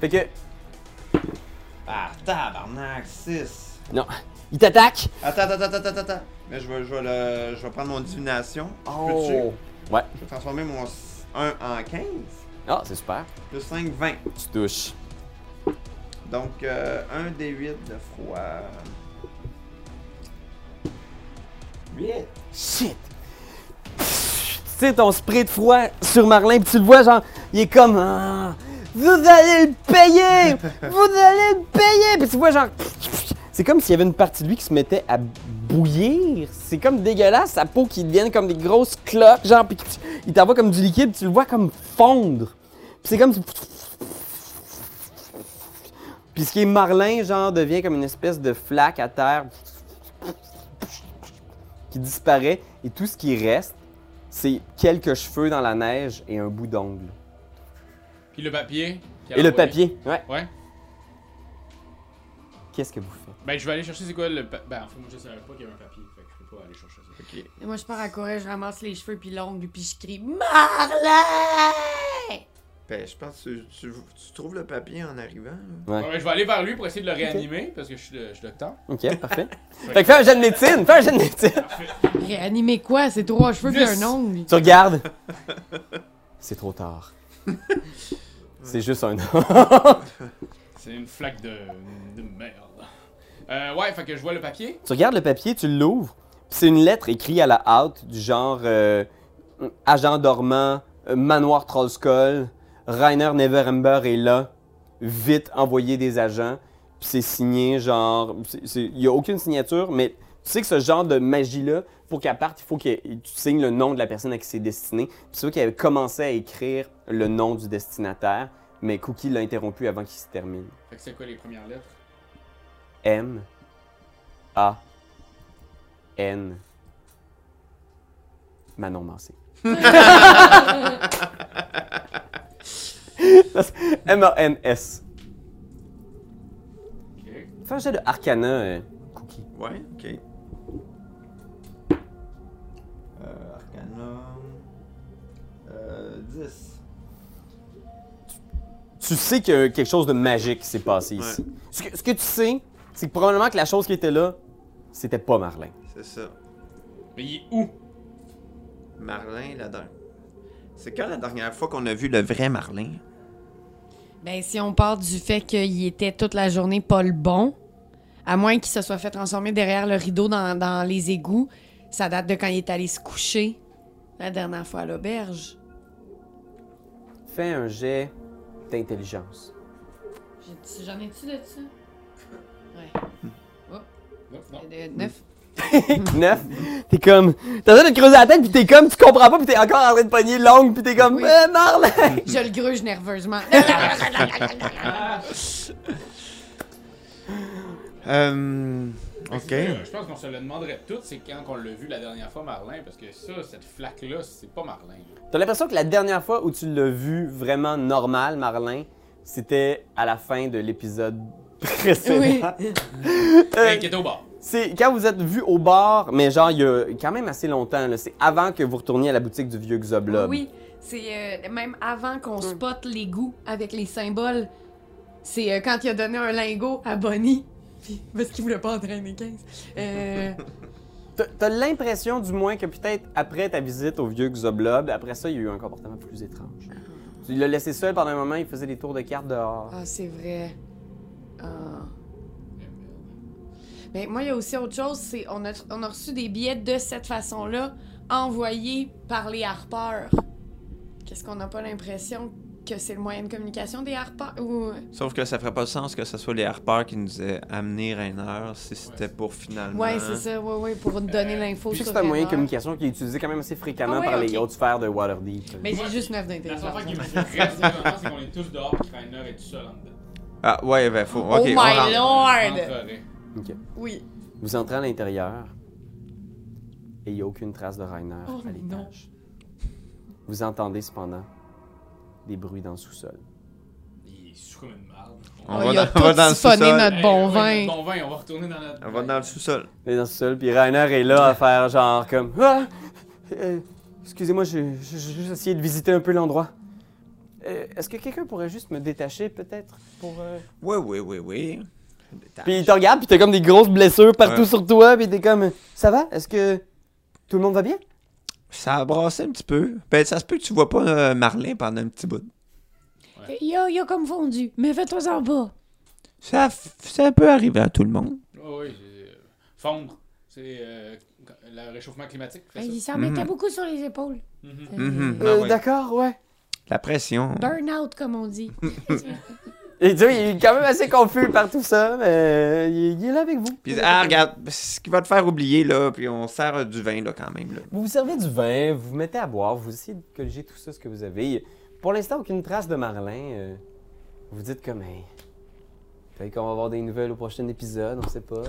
A: Fait que.
C: Ah, tabarnak, 6.
A: Non. Il t'attaque.
C: Attends, attends, attends, attends, attends. Mais je vais, je vais, le, je vais prendre mon divination.
A: Oh!
C: Peux-tu?
A: Ouais.
C: Je vais transformer mon 1 en 15.
A: Ah, c'est super.
C: Plus 5, 20.
A: Tu touches.
C: Donc, euh, un des 8 de froid. 8.
A: Shit! Tu sais, ton spray de froid sur Marlin, pis tu le vois, genre, il est comme. Ah, vous allez le payer! Vous allez le payer! Puis tu vois, genre. C'est comme s'il y avait une partie de lui qui se mettait à bouillir. C'est comme dégueulasse, sa peau qui devient comme des grosses cloques, genre, pis tu- il t'envoie comme du liquide, pis tu le vois comme fondre. Puis c'est comme si. Puis ce qui est Marlin, genre, devient comme une espèce de flaque à terre qui disparaît et tout ce qui reste, c'est quelques cheveux dans la neige et un bout d'ongle.
B: Puis le papier. puis
A: Et le
B: l'envoyer.
A: papier, ouais.
B: Ouais.
A: Qu'est-ce que vous faites?
B: Ben, je vais aller chercher c'est quoi le. pa- Ben, en fait, moi, je savais pas qu'il y avait un papier. Fait que je peux pas aller chercher ça.
D: Et moi, je pars à courir, je ramasse les cheveux, puis l'ongle, puis je crie Ma!
G: Marlin!
C: Ben, je pense que tu, tu- tu trouves le papier en arrivant. là.
A: Ouais.
B: Ouais, ben, je vais aller vers lui pour essayer de le réanimer parce que je suis, le- je suis docteur.
A: (laughs) Ok, parfait. fait que fais un jet de médecine! Fais un jet de médecine!
D: Réanimer quoi C'est trois cheveux, puis
B: Dix.
D: un ongle.
A: tu regardes. C'est trop tard. c'est juste un
B: C'est une flaque de, de merde. Euh, ouais, fait que je vois le papier.
A: Tu regardes le papier, tu l'ouvres, puis c'est une lettre écrite à la hâte du genre euh, Agent dormant, euh, manoir Trollskull, Rainer Neverember est là, vite envoyer des agents. Puis c'est signé genre, c'est- c'est- il y a aucune signature, mais tu sais que ce genre de magie-là, pour qu'elle parte, il faut que tu signes le nom de la personne à qui c'est destiné. Puis c'est vrai qu'il avait commencé à écrire le nom du destinataire, mais Cookie l'a interrompu avant qu'il se termine.
B: Fait que c'est quoi les premières lettres
A: M A N Manon Mancé. M A N S.
B: Ok.
A: Fais un jet de Arcana euh, Cookie.
C: Ouais, ok. Euh, Arcana. Euh, 10.
A: Tu sais que quelque chose de magique s'est passé ici. Ce, que, ce que tu sais, c'est que probablement que la chose qui était là, c'était pas Marlin.
C: C'est ça.
B: Mais il est où
C: Marlin, la dernière. C'est quand la dernière fois qu'on a vu le vrai Marlin?
D: Ben, si on part du fait qu'il était toute la journée pas le bon, à moins qu'il se soit fait transformer derrière le rideau dans, dans les égouts, ça date de quand il est allé se coucher la dernière fois à l'auberge.
A: Fais un jet d'intelligence.
D: J'ai- J'en ai-tu de ça? Ouais.
B: Non, non.
D: De- de- neuf.
A: Neuf, t'es comme. T'es en train de te creuser la tête, puis t'es comme, tu comprends pas, puis t'es encore en train de pogner l'ongle, puis t'es comme,
D: Oui.
A: Eh, Marlin!
D: Je le gruge nerveusement. (laughs)
C: Euh. Ok.
B: Euh, je pense qu'on se le demanderait tout, c'est quand on l'a vu la dernière fois, Marlin, parce que ça, cette flaque-là, c'est pas Marlin.
A: T'as l'impression que la dernière fois où tu l'as vu vraiment normal, Marlin, c'était à la fin de l'épisode (laughs)
D: Oui.
A: précédent.
B: Fait
A: Euh,
B: qu'il était Ben, au bar.
A: c'est quand vous êtes vu au bar, mais genre il y a quand même assez longtemps, là, c'est avant que vous retourniez à la boutique du vieux Xoblob.
D: Oui, c'est euh, même avant qu'on spotte les goûts avec les symboles. C'est euh, quand il a donné un lingot à Bonnie. puis- Parce qu'il voulait pas entraîner 15. Euh,
A: T'as- T'as l'impression, du moins, que peut-être après ta visite au vieux Xoblob, après ça, il y a eu un comportement plus étrange. Tu l'as laissé seul pendant un moment, il faisait des tours de cartes dehors.
D: Ah, c'est vrai. Ah. Mais moi, il y a aussi autre chose, c'est on a, on a reçu des billets de cette façon-là, envoyés par les harpeurs. Qu'est-ce qu'on n'a pas l'impression que c'est le moyen de communication des harpeurs? Ou...
C: Sauf que ça ferait pas de sens que ce soit les harpeurs qui nous aient amené Rainer si c'était pour finalement.
D: Ouais, c'est ça, ouais, ouais, pour nous donner l'info.
A: Puis
D: sur
A: c'est un moyen de
D: Raynor.
A: communication qui est utilisé quand même assez fréquemment
D: Ah ouais,
A: par
D: ok.
A: les hautes sphères de Waterdeep.
D: Mais
B: Moi,
D: j'ai juste 9
B: La seule
D: d'intelligence.
B: fois qui me stresse, vraiment, c'est qu'on est tous dehors, puis Rainer est tout seul en dedans.
C: Ah, ouais, ben faut.
D: Oh
C: Ok,
D: my
C: on rentre.
D: lord!
B: Entrerait.
D: Oui.
A: Vous entrez à l'intérieur et il n'y a aucune trace de Rainer
D: Oh
A: à
D: non.
A: l'étage. Vous entendez cependant des bruits dans le sous-sol.
B: Il est sous comme une marde.
C: On
D: Oh,
C: va
D: il a
C: dans- on va
D: tout
C: dans le
D: siphonné
C: sous-sol.
D: notre bon
B: ouais,
D: vin.
B: notre Bon vin, on va retourner dans notre.
C: On va dans le sous-sol.
A: Il est dans le sous-sol, puis Rainer est là à faire genre comme Ah! Euh, Excusez-moi, j'ai j'ai- j'ai juste essayé de visiter un peu l'endroit. Euh, Est-ce que quelqu'un pourrait juste me détacher peut-être pour. euh,
C: Ouais, ouais, ouais, ouais.
A: Puis il te regarde, puis t'as comme des grosses blessures partout
C: Ouais.
A: sur toi, puis t'es comme Ça va Est-ce que tout le monde va bien
C: Ça a brassé un petit peu. Ben, ça se peut que tu vois pas euh, Marlin pendant un petit bout.
E: Yo, yo, comme fondu. Mais fais-toi en bas.
C: Ça, f- ça peut arriver à tout le monde.
B: Oh, oui, c'est, euh, fondre. C'est euh, le réchauffement climatique. fait
E: Ben,
B: ça.
E: il s'en mettait
C: Mhm.
E: beaucoup sur les épaules.
B: Mhm.
E: Euh,
F: Mm-hmm.
C: Mhm.
A: Euh,
C: Ah ouais.
A: D'accord, ouais.
C: La pression.
E: Burn out, comme on dit.
A: Et tu vois, il est quand même assez confus par tout ça, mais euh, il il est là avec vous.
C: Puis, ah, regarde, c'est ce qui va te faire oublier, là. Puis on sert euh, du vin, là, quand même. Là.
A: Vous vous servez du vin, vous vous mettez à boire, vous essayez de colliger tout ça, ce que vous avez. Pour l'instant, aucune trace de Marlin. euh, vous dites comme, hey, peut-être qu'on va avoir des nouvelles au prochain épisode, on sait pas.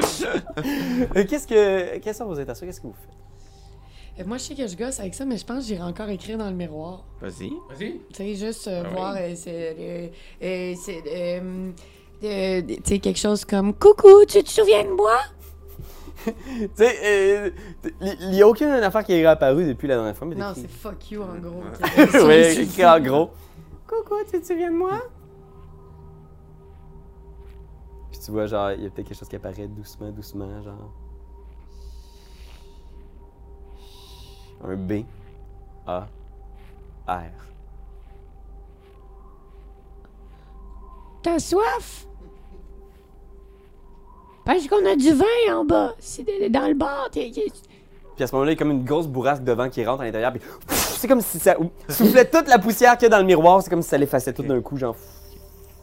A: Euh, Qu'est-ce que, quelles sont vos intentions? Qu'est-ce que vous faites?
D: Euh, Moi, je sais que je gosse avec ça, mais je pense que j'irai encore écrire dans le miroir.
C: Vas-y.
B: Vas-y.
D: Tu sais, juste euh,
C: Ah oui.
D: voir, euh, c'est. euh, euh, c'est, euh, euh, tu sais, quelque chose comme Coucou, tu
E: Tu te souviens de moi?
A: Tu sais, euh, t- il n'y a aucune affaire qui est réapparue depuis la dernière fois. Mais
D: Non,
A: depuis-
D: c'est fuck you en gros.
A: oui, écrit en gros. Coucou, tu te souviens de moi? Puis tu vois, genre, il y a peut-être quelque chose qui apparaît doucement, doucement, genre. Un B. A. R.
E: T'as soif? Parce qu'on a du vin en bas. C'est de- dans le bar. t'es- t'es-
A: Puis à ce moment-là, il y a comme une grosse bourrasque de vent qui rentre à l'intérieur. Puis pff, c'est comme si ça soufflait toute la poussière qu'il y a dans le miroir. C'est comme si ça l'effaçait tout d'un coup, genre.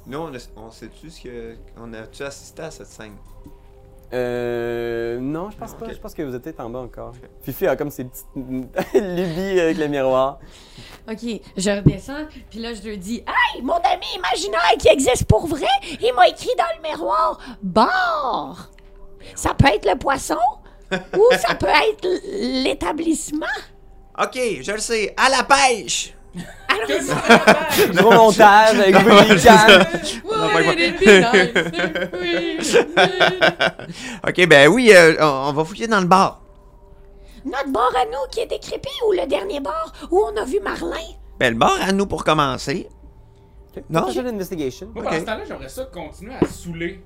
C: Nous, on, a- on sait-tu ce que. On a-tu assisté à cette scène?
A: Euh. Non, je pense pas.
C: Ok.
A: Je pense que vous êtes peut-être en bas encore. Fifi a comme ses petites (laughs) lubies avec le miroir.
D: ok, je redescends, puis là, je lui dis Ah,
E: Hey, mon ami imaginaire qui existe pour vrai, il m'a écrit dans le miroir bar. Ça peut être le poisson ou ça peut être l- l'établissement.
C: Ok, je le sais. À la pêche!
E: Alors,
D: (laughs)
A: gros (laughs) montage avec Willy Cam.
D: Would it be nice if we-
C: Ok, ben oui, euh, on, on va fouiller dans le bar.
E: notre bar à nous qui est décrépit ou le dernier bar où on a vu Marlin.
C: Ben, le bar à nous pour commencer. Non?
A: Non, j'ai l'investigation.
B: Moi, pendant
C: Ok.
B: ce temps-là, j'aimerais ça continuer à saouler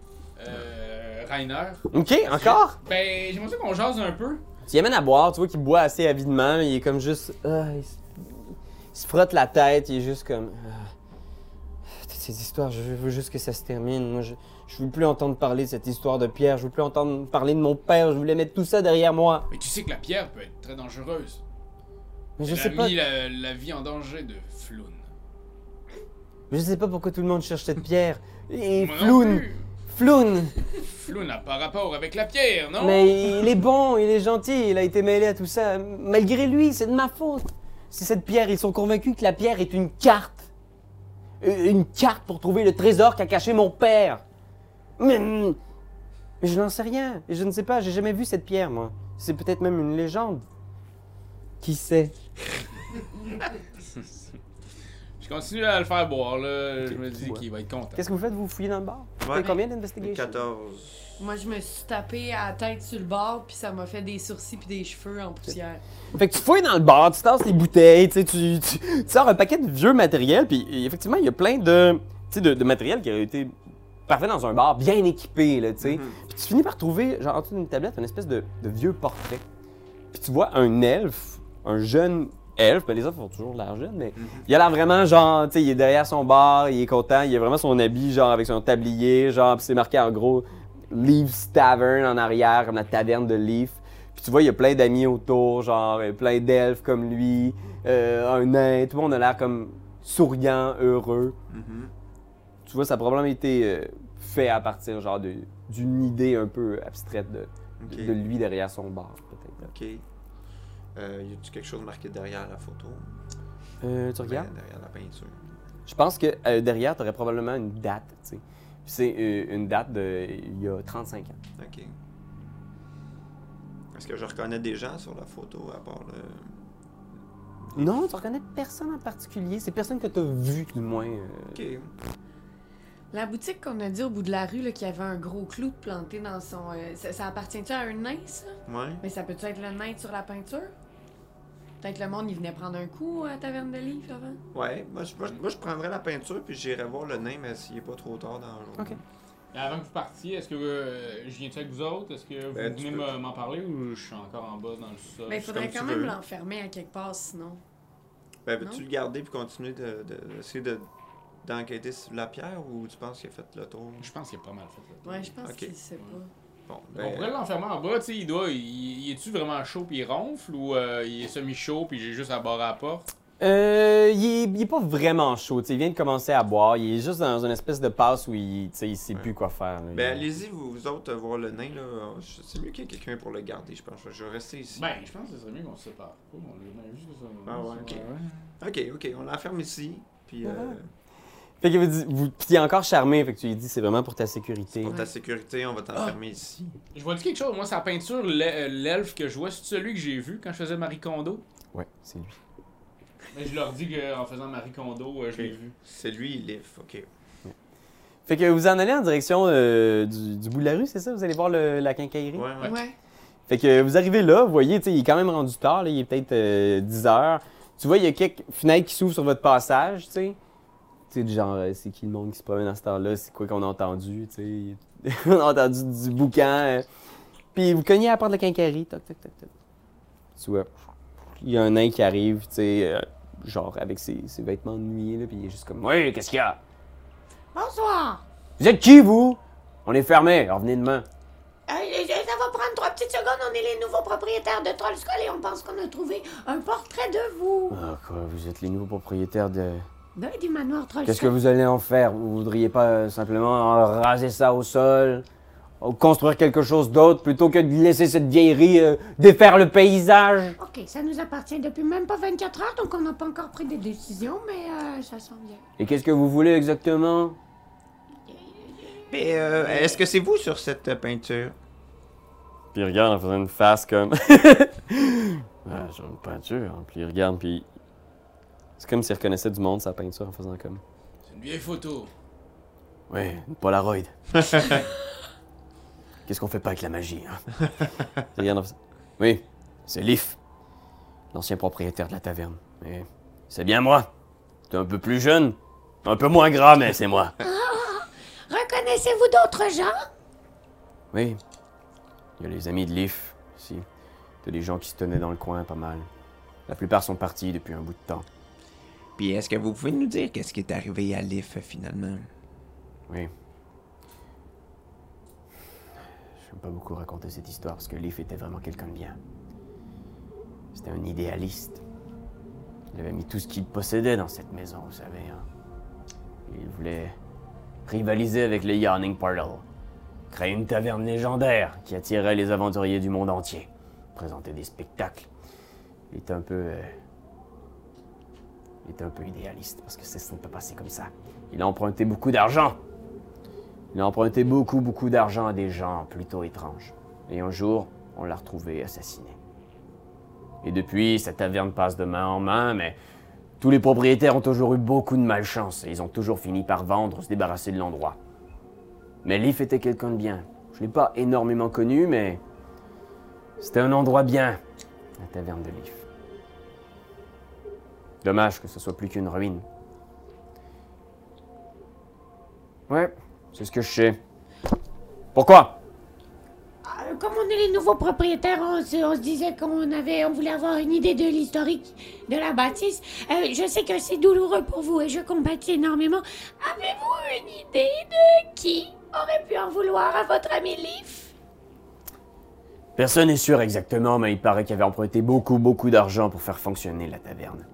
B: euh, Rainer.
A: Ok, encore?
B: Ben, j'aimerais ça qu'on jase un peu.
A: Tu y amènes à boire, tu vois qu'il boit assez avidement, mais il est comme juste. ah, il, se, il se frotte la tête, il est juste comme. ah, toutes ces histoires, je veux juste que ça se termine. Moi, je, je veux plus entendre parler de cette histoire de Pierre, je veux plus entendre parler de mon père, je voulais mettre tout ça derrière moi.
B: Mais tu sais que la pierre peut être très dangereuse.
A: Mais je
B: Elle
A: sais
B: a
A: pas.
B: mis la, la vie en danger de Floun.
A: Je sais pas pourquoi tout le monde cherche cette pierre. Et
B: Moi non
A: Floun,
B: plus.
A: Floun!
B: Floun n'a pas rapport avec la pierre, non?
A: Mais il est bon, il est gentil, il a été mêlé à tout ça. Malgré lui, c'est de ma faute. C'est cette pierre, ils sont convaincus que la pierre est une carte. Euh, Une carte pour trouver le trésor qu'a caché mon père. Mais, mais je n'en sais rien. Je ne sais pas. J'ai jamais vu cette pierre, moi. C'est peut-être même une légende. Qui sait
B: Je continue à le faire boire, là. Je
A: Ok,
B: me dis
A: ouais.
B: qu'il va être content.
A: Qu'est-ce que vous faites Vous fouillez dans le bar Vous
F: Ouais.
A: faites combien d'investigation
F: 14.
D: Moi, je me suis tapé à la tête sur le bord, puis ça m'a fait des sourcils puis des cheveux en poussière.
A: Fait que tu fouilles dans le bar, tu tasses les bouteilles, tu, sais, tu, tu, tu sors un paquet de vieux matériel, puis et effectivement, il y a plein de, tu sais, de, de matériel qui a été parfait dans un bar, bien équipé, là, tu sais. Puis tu finis par trouver, genre, en dessous d'une tablette, une espèce de, de vieux portrait. Puis tu vois un elfe, un jeune elfe, ben les elfes ont toujours l'air jeunes, mais il a l'air vraiment, genre, tu sais, il est derrière son bar, il est content, il a vraiment son habit, genre, avec son tablier, genre, puis c'est marqué en gros Leaf's Tavern en arrière, comme la taverne de Leaf. Puis tu vois, il y a plein d'amis autour, genre euh, plein d'elfes comme lui, euh, un nain, tout le monde a l'air comme souriant, heureux.
F: Mhm.
A: Tu vois, ça a probablement été euh, fait à partir genre de- d'une idée un peu abstraite de, de-
F: Ok.
A: de lui derrière son bar, peut-être. là.
F: Ok. Euh, y a-tu quelque chose marqué derrière la photo?
A: Euh, tu regardes?
F: Ben, derrière la peinture.
A: Je pense que euh, derrière, tu aurais probablement une date, tu sais. Puis c'est euh, une date de il y a 35 ans.
F: Ok. Est-ce que je reconnais des gens sur la photo à part le.
A: Non, tu reconnais personne en particulier. C'est personne que tu as vu, du moins. euh.
F: Ok.
D: La boutique qu'on a dit au bout de la rue, là, qui avait un gros clou de planté dans son. euh, ça, ça appartient-tu à un nain, ça?
F: Ouais.
D: Mais ça peut-tu être le nain sur la peinture? Peut-être le monde, il venait prendre un coup à la Taverne de Livre avant?
F: Ouais. Moi je, moi, je- moi, je prendrais la peinture puis j'irai voir le nain, mais s'il est pas trop tard dans le jour.
A: Ok.
B: Mais Avant que vous partiez, est-ce que euh, je viens avec vous autres? Est-ce que vous
F: Ben, tu
B: venez
F: peux.
B: me- m'en parler ou je suis encore en bas dans le sol?
D: Mais Ben, il faudrait
F: comme tu
D: quand même
F: veux.
D: l'enfermer à quelque part, sinon.
F: Ben, veux-tu
D: Non.
F: le garder puis continuer de, de- essayer de, d'enquêter sur la pierre ou tu penses qu'il a fait le tour?
B: Je pense qu'il est pas mal fait. là.
D: Ouais, je pense
F: Ok.
D: qu'il sait pas.
F: Bon, ben,
B: On pourrait l'enfermer en bas, tu sais, il doit. Il, il est-tu vraiment chaud puis il ronfle ou euh, il est semi-chaud puis j'ai juste à barrer à la porte?
A: Euh, il, est, il est pas vraiment chaud. tu sais, Il vient de commencer à boire. Il est juste dans une espèce de passe où il, tu sais, il sait
F: Ouais.
A: plus quoi faire. là.
F: Ben, allez-y, vous, vous autres, voir le nain, là. Ah, Je- C'est mieux qu'il y ait quelqu'un pour le garder, je pense. Je vais rester ici.
B: Ben, je pense que ce serait mieux qu'on se sépare. Oh, on le met juste sur-
F: Ah ouais, ok. Ok, ok, on l'enferme ici, puis euh,
A: Ouais. Fait que vous, dites- vous, puis il est encore charmé. Fait que tu lui dis c'est vraiment pour ta sécurité.
F: pour ta sécurité, on va t'enfermer ici.
B: Je vois-tu quelque chose? Moi, sa peinture, l'e- euh, l'elfe que je vois, c'est celui que j'ai vu quand je faisais Marie Kondo.
A: Ouais, c'est lui.
B: Mais Ben, je leur dis qu'en faisant Marie Kondo, euh, je l'ai vu.
F: C'est lui, il livre, ok.
A: Fait que vous en allez en direction euh, du, du bout de la rue, c'est ça Vous allez voir le- la quincaillerie.
F: Ouais, ouais.
D: Ouais.
A: Fait que vous arrivez là, vous voyez, tu sais, il est quand même rendu tard, là, il est peut-être euh, 10 heures. Tu vois, il y a quelques fenêtres qui s'ouvrent sur votre passage, tu sais. Tu sais, du genre, euh, c'est qui le monde qui se promène à cette heure-là, c'est quoi qu'on a entendu, tu sais. (laughs) On a entendu du boucan. euh. Puis vous cognez à la porte de la quincaillerie, toc, toc, toc, toc. Tu vois, il y a un nain qui arrive, tu sais, euh, genre avec ses, ses vêtements ennuyés, là, puis il est juste comme, oui, qu'est-ce qu'il y a?
E: Bonsoir.
A: Vous êtes qui, vous? On est fermé, revenez demain.
E: Euh, euh, ça va prendre trois petites secondes. On est les nouveaux propriétaires de Trollskull et on pense qu'on a trouvé un portrait de vous.
A: Ah, quoi, vous êtes les nouveaux propriétaires de.
E: Non, du manoir
A: Qu'est-ce que
E: Trollskull.
A: vous allez en faire Vous voudriez pas euh, simplement euh, raser ça au sol Ou construire quelque chose d'autre plutôt que de laisser cette vieillerie euh, défaire le paysage
E: Ok, ça nous appartient depuis même pas 24 heures, donc on n'a pas encore pris des décisions, mais euh, ça sent bien.
A: Et qu'est-ce que vous voulez exactement
F: Mais euh, est-ce que c'est vous sur cette euh, peinture?
A: Puis il regarde en faisant une face (laughs) comme. ah, j'ai une peinture. Puis il regarde, puis. C'est comme s'il reconnaissait du monde sa peinture en faisant comme.
B: C'est une vieille photo.
A: Ouais, une Polaroid. Qu'est-ce qu'on fait pas avec la magie, hein? Il regarde en faisant- Oui, c'est Leaf, l'ancien propriétaire de la taverne. Mais c'est bien moi. T'es un peu plus jeune, un peu moins gras, mais c'est moi.
E: Reconnaissez-vous d'autres gens?
A: Oui, il y a les amis de Leaf, ici. T'as des gens qui se tenaient dans le coin, pas mal. La plupart sont partis depuis un bout de temps.
C: Puis est-ce que vous pouvez nous dire qu'est-ce qui est arrivé à Leaf finalement?
A: Oui. Je n'aime pas beaucoup raconter cette histoire parce que Leaf était vraiment quelqu'un de bien. C'était un idéaliste. Il avait mis tout ce qu'il possédait dans cette maison, vous savez. hein. Il voulait rivaliser avec les Yarning Portal, créer une taverne légendaire qui attirait les aventuriers du monde entier, présenter des spectacles. Il était un peu. euh, il était un peu idéaliste parce que ça ne peut pas passer comme ça. Il a emprunté beaucoup d'argent. Il a emprunté beaucoup, beaucoup d'argent à des gens plutôt étranges. Et un jour, on l'a retrouvé assassiné. Et depuis, cette taverne passe de main en main, mais tous les propriétaires ont toujours eu beaucoup de malchance et ils ont toujours fini par vendre ou se débarrasser de l'endroit. Mais Leaf était quelqu'un de bien. Je l'ai pas énormément connu, mais c'était un endroit bien, la taverne de Leaf. Dommage que ce soit plus qu'une ruine. Ouais, c'est ce que je sais. Pourquoi
E: Euh, Comme on est les nouveaux propriétaires, on se, on se disait qu'on avait, on voulait avoir une idée de l'historique de la bâtisse. Euh, je sais que c'est douloureux pour vous et je compatis énormément. Avez-vous une idée de qui aurait pu en vouloir à votre ami Leaf
A: Personne n'est sûr exactement, mais il paraît qu'il avait emprunté beaucoup, beaucoup d'argent pour faire fonctionner la taverne.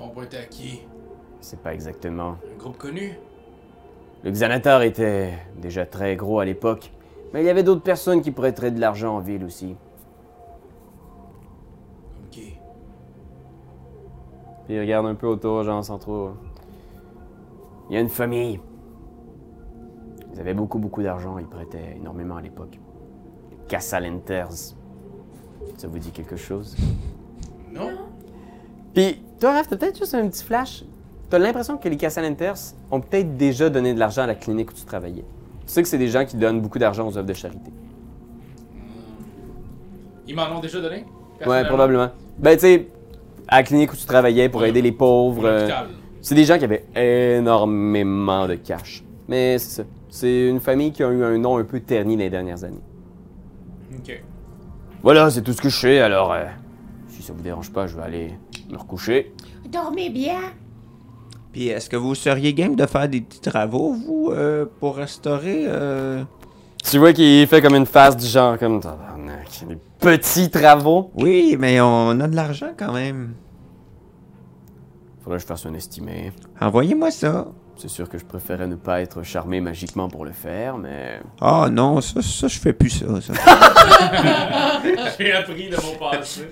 B: On peut être à qui
A: C'est pas exactement.
B: Un groupe connu
A: Le Xanatar était déjà très gros à l'époque, mais il y avait d'autres personnes qui prêteraient de l'argent en ville aussi.
B: Comme qui
A: Puis il regarde un peu autour, genre sans trop. euh. Il y a une famille. Ils avaient beaucoup, beaucoup d'argent, ils prêtaient énormément à l'époque. Les Cassalenters. Ça vous dit quelque chose?
B: Non
A: Puis, toi, Raph, t'as peut-être juste un petit flash. T'as l'impression que les Cassalenters ont peut-être déjà donné de l'argent à la clinique où tu travaillais. Tu sais que c'est des gens qui donnent beaucoup d'argent aux œuvres de charité.
B: Ils m'en ont déjà donné
A: Ouais,
B: Personnellement.
A: probablement. Ben, tu sais, à la clinique où tu travaillais pour aider les pauvres.
B: Pour
A: euh,
B: l'hôpital.
A: C'est des gens qui avaient énormément de cash. Mais c'est ça. C'est une famille qui a eu un nom un peu terni les dernières années.
B: Ok. (laughs)
A: Voilà, c'est tout ce que je sais, alors. euh, si ça vous dérange pas, je vais aller me recoucher.
E: Dormez bien.
C: Puis est-ce que vous seriez game de faire des petits travaux, vous, euh, pour restaurer euh,
A: Tu vois qu'il fait comme une face du genre, comme. Tabarnak, des petits travaux.
C: Oui, mais on a de l'argent quand même.
A: Faudrait que je fasse un estimé.
C: Envoyez-moi ça.
A: C'est sûr que je préférais ne pas être charmé magiquement pour le faire, mais.
C: Ah non, ça, ça, je fais plus ça. (laughs) ça.
B: J'ai appris de mon passé.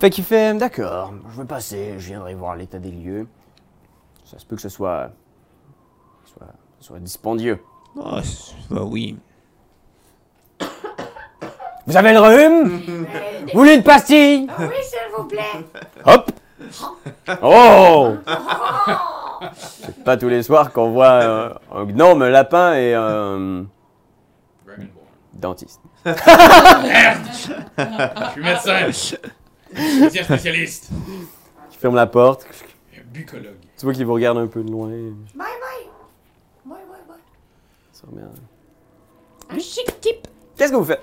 A: Fait qu'il fait, d'accord, je vais passer, je viendrai voir l'état des lieux. Ça se peut que ce soit. soit, soit dispendieux.
C: Ah, c'est- bah oui.
A: Vous avez le rhume Vous voulez une pastille
E: Oui, s'il vous plaît.
A: Hop Oh C'est pas tous les soirs qu'on voit euh, un gnome, un lapin et un
B: Dragonborn.
A: dentiste.
B: Je suis médecin. Je veux dire spécialiste.
A: Qui ferme la porte.
B: Un bucologue.
A: Tu vois qu'il vous regarde un peu de loin.
E: Bye bye. Bye bye bye.
A: il se remet en-
E: Un chic type.
A: Qu'est-ce que vous faites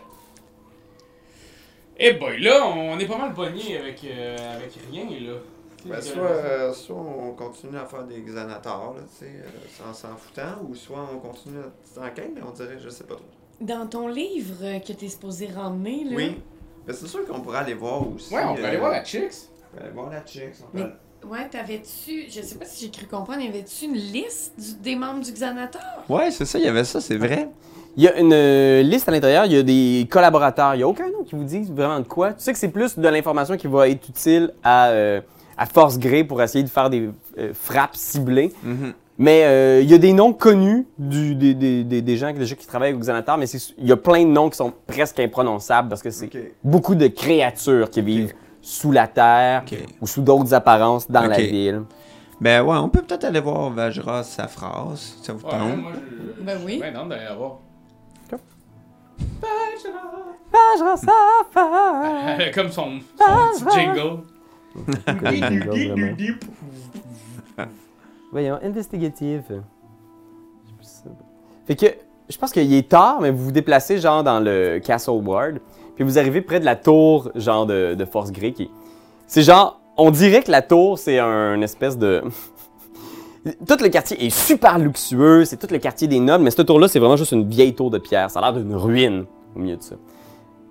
B: Eh boy, là, on est pas mal pogné avec, euh, avec rien, là.
F: Ben, soit, euh, soit on continue à faire des xanatars, là, tu sais, euh, en s'en foutant, ou soit on continue notre petite enquête, mais on dirait, je sais pas trop.
D: Dans ton livre euh, que t'es supposé ramener, là.
F: Oui. Mais c'est sûr qu'on pourrait aller voir aussi.
B: Ouais, on peut
F: euh,
B: aller voir la Chicks.
F: On peut aller voir la Chicks. on peut
D: Mais-
F: aller-
D: Ouais, t'avais-tu, je sais pas si j'ai cru comprendre, y avait-tu une liste du- des membres du Xanator?
C: Ouais, c'est ça, il y avait ça, c'est vrai.
A: Il y a une euh, liste à l'intérieur, il y a des collaborateurs. Il n'y a aucun nom qui vous dit vraiment de quoi. Tu sais que c'est plus de l'information qui va être utile à, euh, à force gré pour essayer de faire des euh, frappes ciblées.
C: Mhm.
A: Mais euh, il y a des noms connus du- des, des- des- des gens déjà qui travaillent au Xanatar, mais c'est- il y a plein de noms qui sont presque imprononçables parce que c'est
F: Ok.
A: beaucoup de créatures qui vivent sous la terre
C: Ok.
A: ou sous d'autres apparences dans la
C: Ok.
A: ville.
C: Ben ouais, on peut peut-être aller voir Vajra sa phrase, si ça vous
B: Ouais,
C: tente.
B: moi, je.
D: Ben oui.
B: Ben non, d'aller la voir. (laughs) Comme son, son petit jingle.
A: Voyons, investigative. Fait que, je pense qu'il est tard, mais vous vous déplacez genre dans le Castle Ward, puis vous arrivez près de la tour genre de, de Force Grey qui... C'est genre, on dirait que la tour c'est un espèce de... (laughs) tout le quartier est super luxueux, c'est tout le quartier des nobles, mais cette tour-là c'est vraiment juste une vieille tour de pierre, ça a l'air d'une ruine au milieu de ça.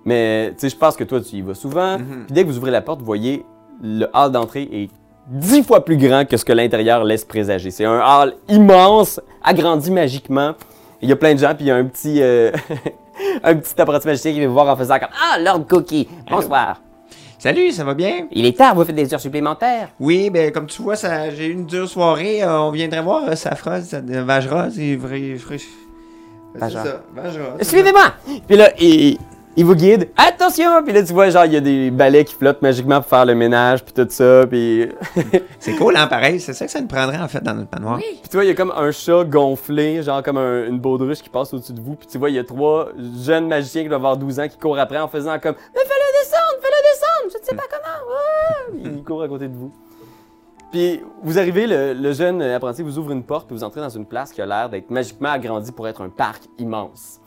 A: Mais, tu sais, je pense que toi tu y vas souvent, puis dès que vous ouvrez la porte, vous voyez le hall d'entrée est dix fois plus grand que ce que l'intérieur laisse présager. C'est un hall immense, agrandi magiquement. Il y a plein de gens, puis il y a un petit, (laughs) euh, un petit apprenti magicien qui vient vous voir en faisant comme Ah, Lord Cookie, bonsoir.
C: Salut, ça va bien?
A: Il est tard, vous faites des heures supplémentaires.
C: Oui, ben comme tu vois, ça, j'ai eu une dure soirée. euh, on viendrait voir euh, Safra, ça, euh, Vajra, c'est vrai. vrai-
F: C'est
A: Vajra.
F: ça, Vajra.
A: Suivez-moi! Puis là, il, il vous guide. Attention! Puis là, tu vois, genre, il y a des balais qui flottent magiquement pour faire le ménage, puis tout ça. Puis,
C: C'est cool, hein, pareil. C'est ça que ça nous prendrait, en fait, dans notre manoir.
E: Oui.
A: puis tu vois, il y a comme un chat gonflé, genre comme un- une baudruche qui passe au-dessus de vous. Puis tu vois, il y a trois jeunes magiciens qui doivent avoir 12 ans qui courent après en faisant comme Mais fais-le descendre! Fais-le descendre! Je ne sais pas comment! Ouais! Ils courent à côté de vous. Puis vous arrivez, le, le jeune apprenti vous ouvre une porte, puis vous entrez dans une place qui a l'air d'être magiquement agrandie pour être un parc immense.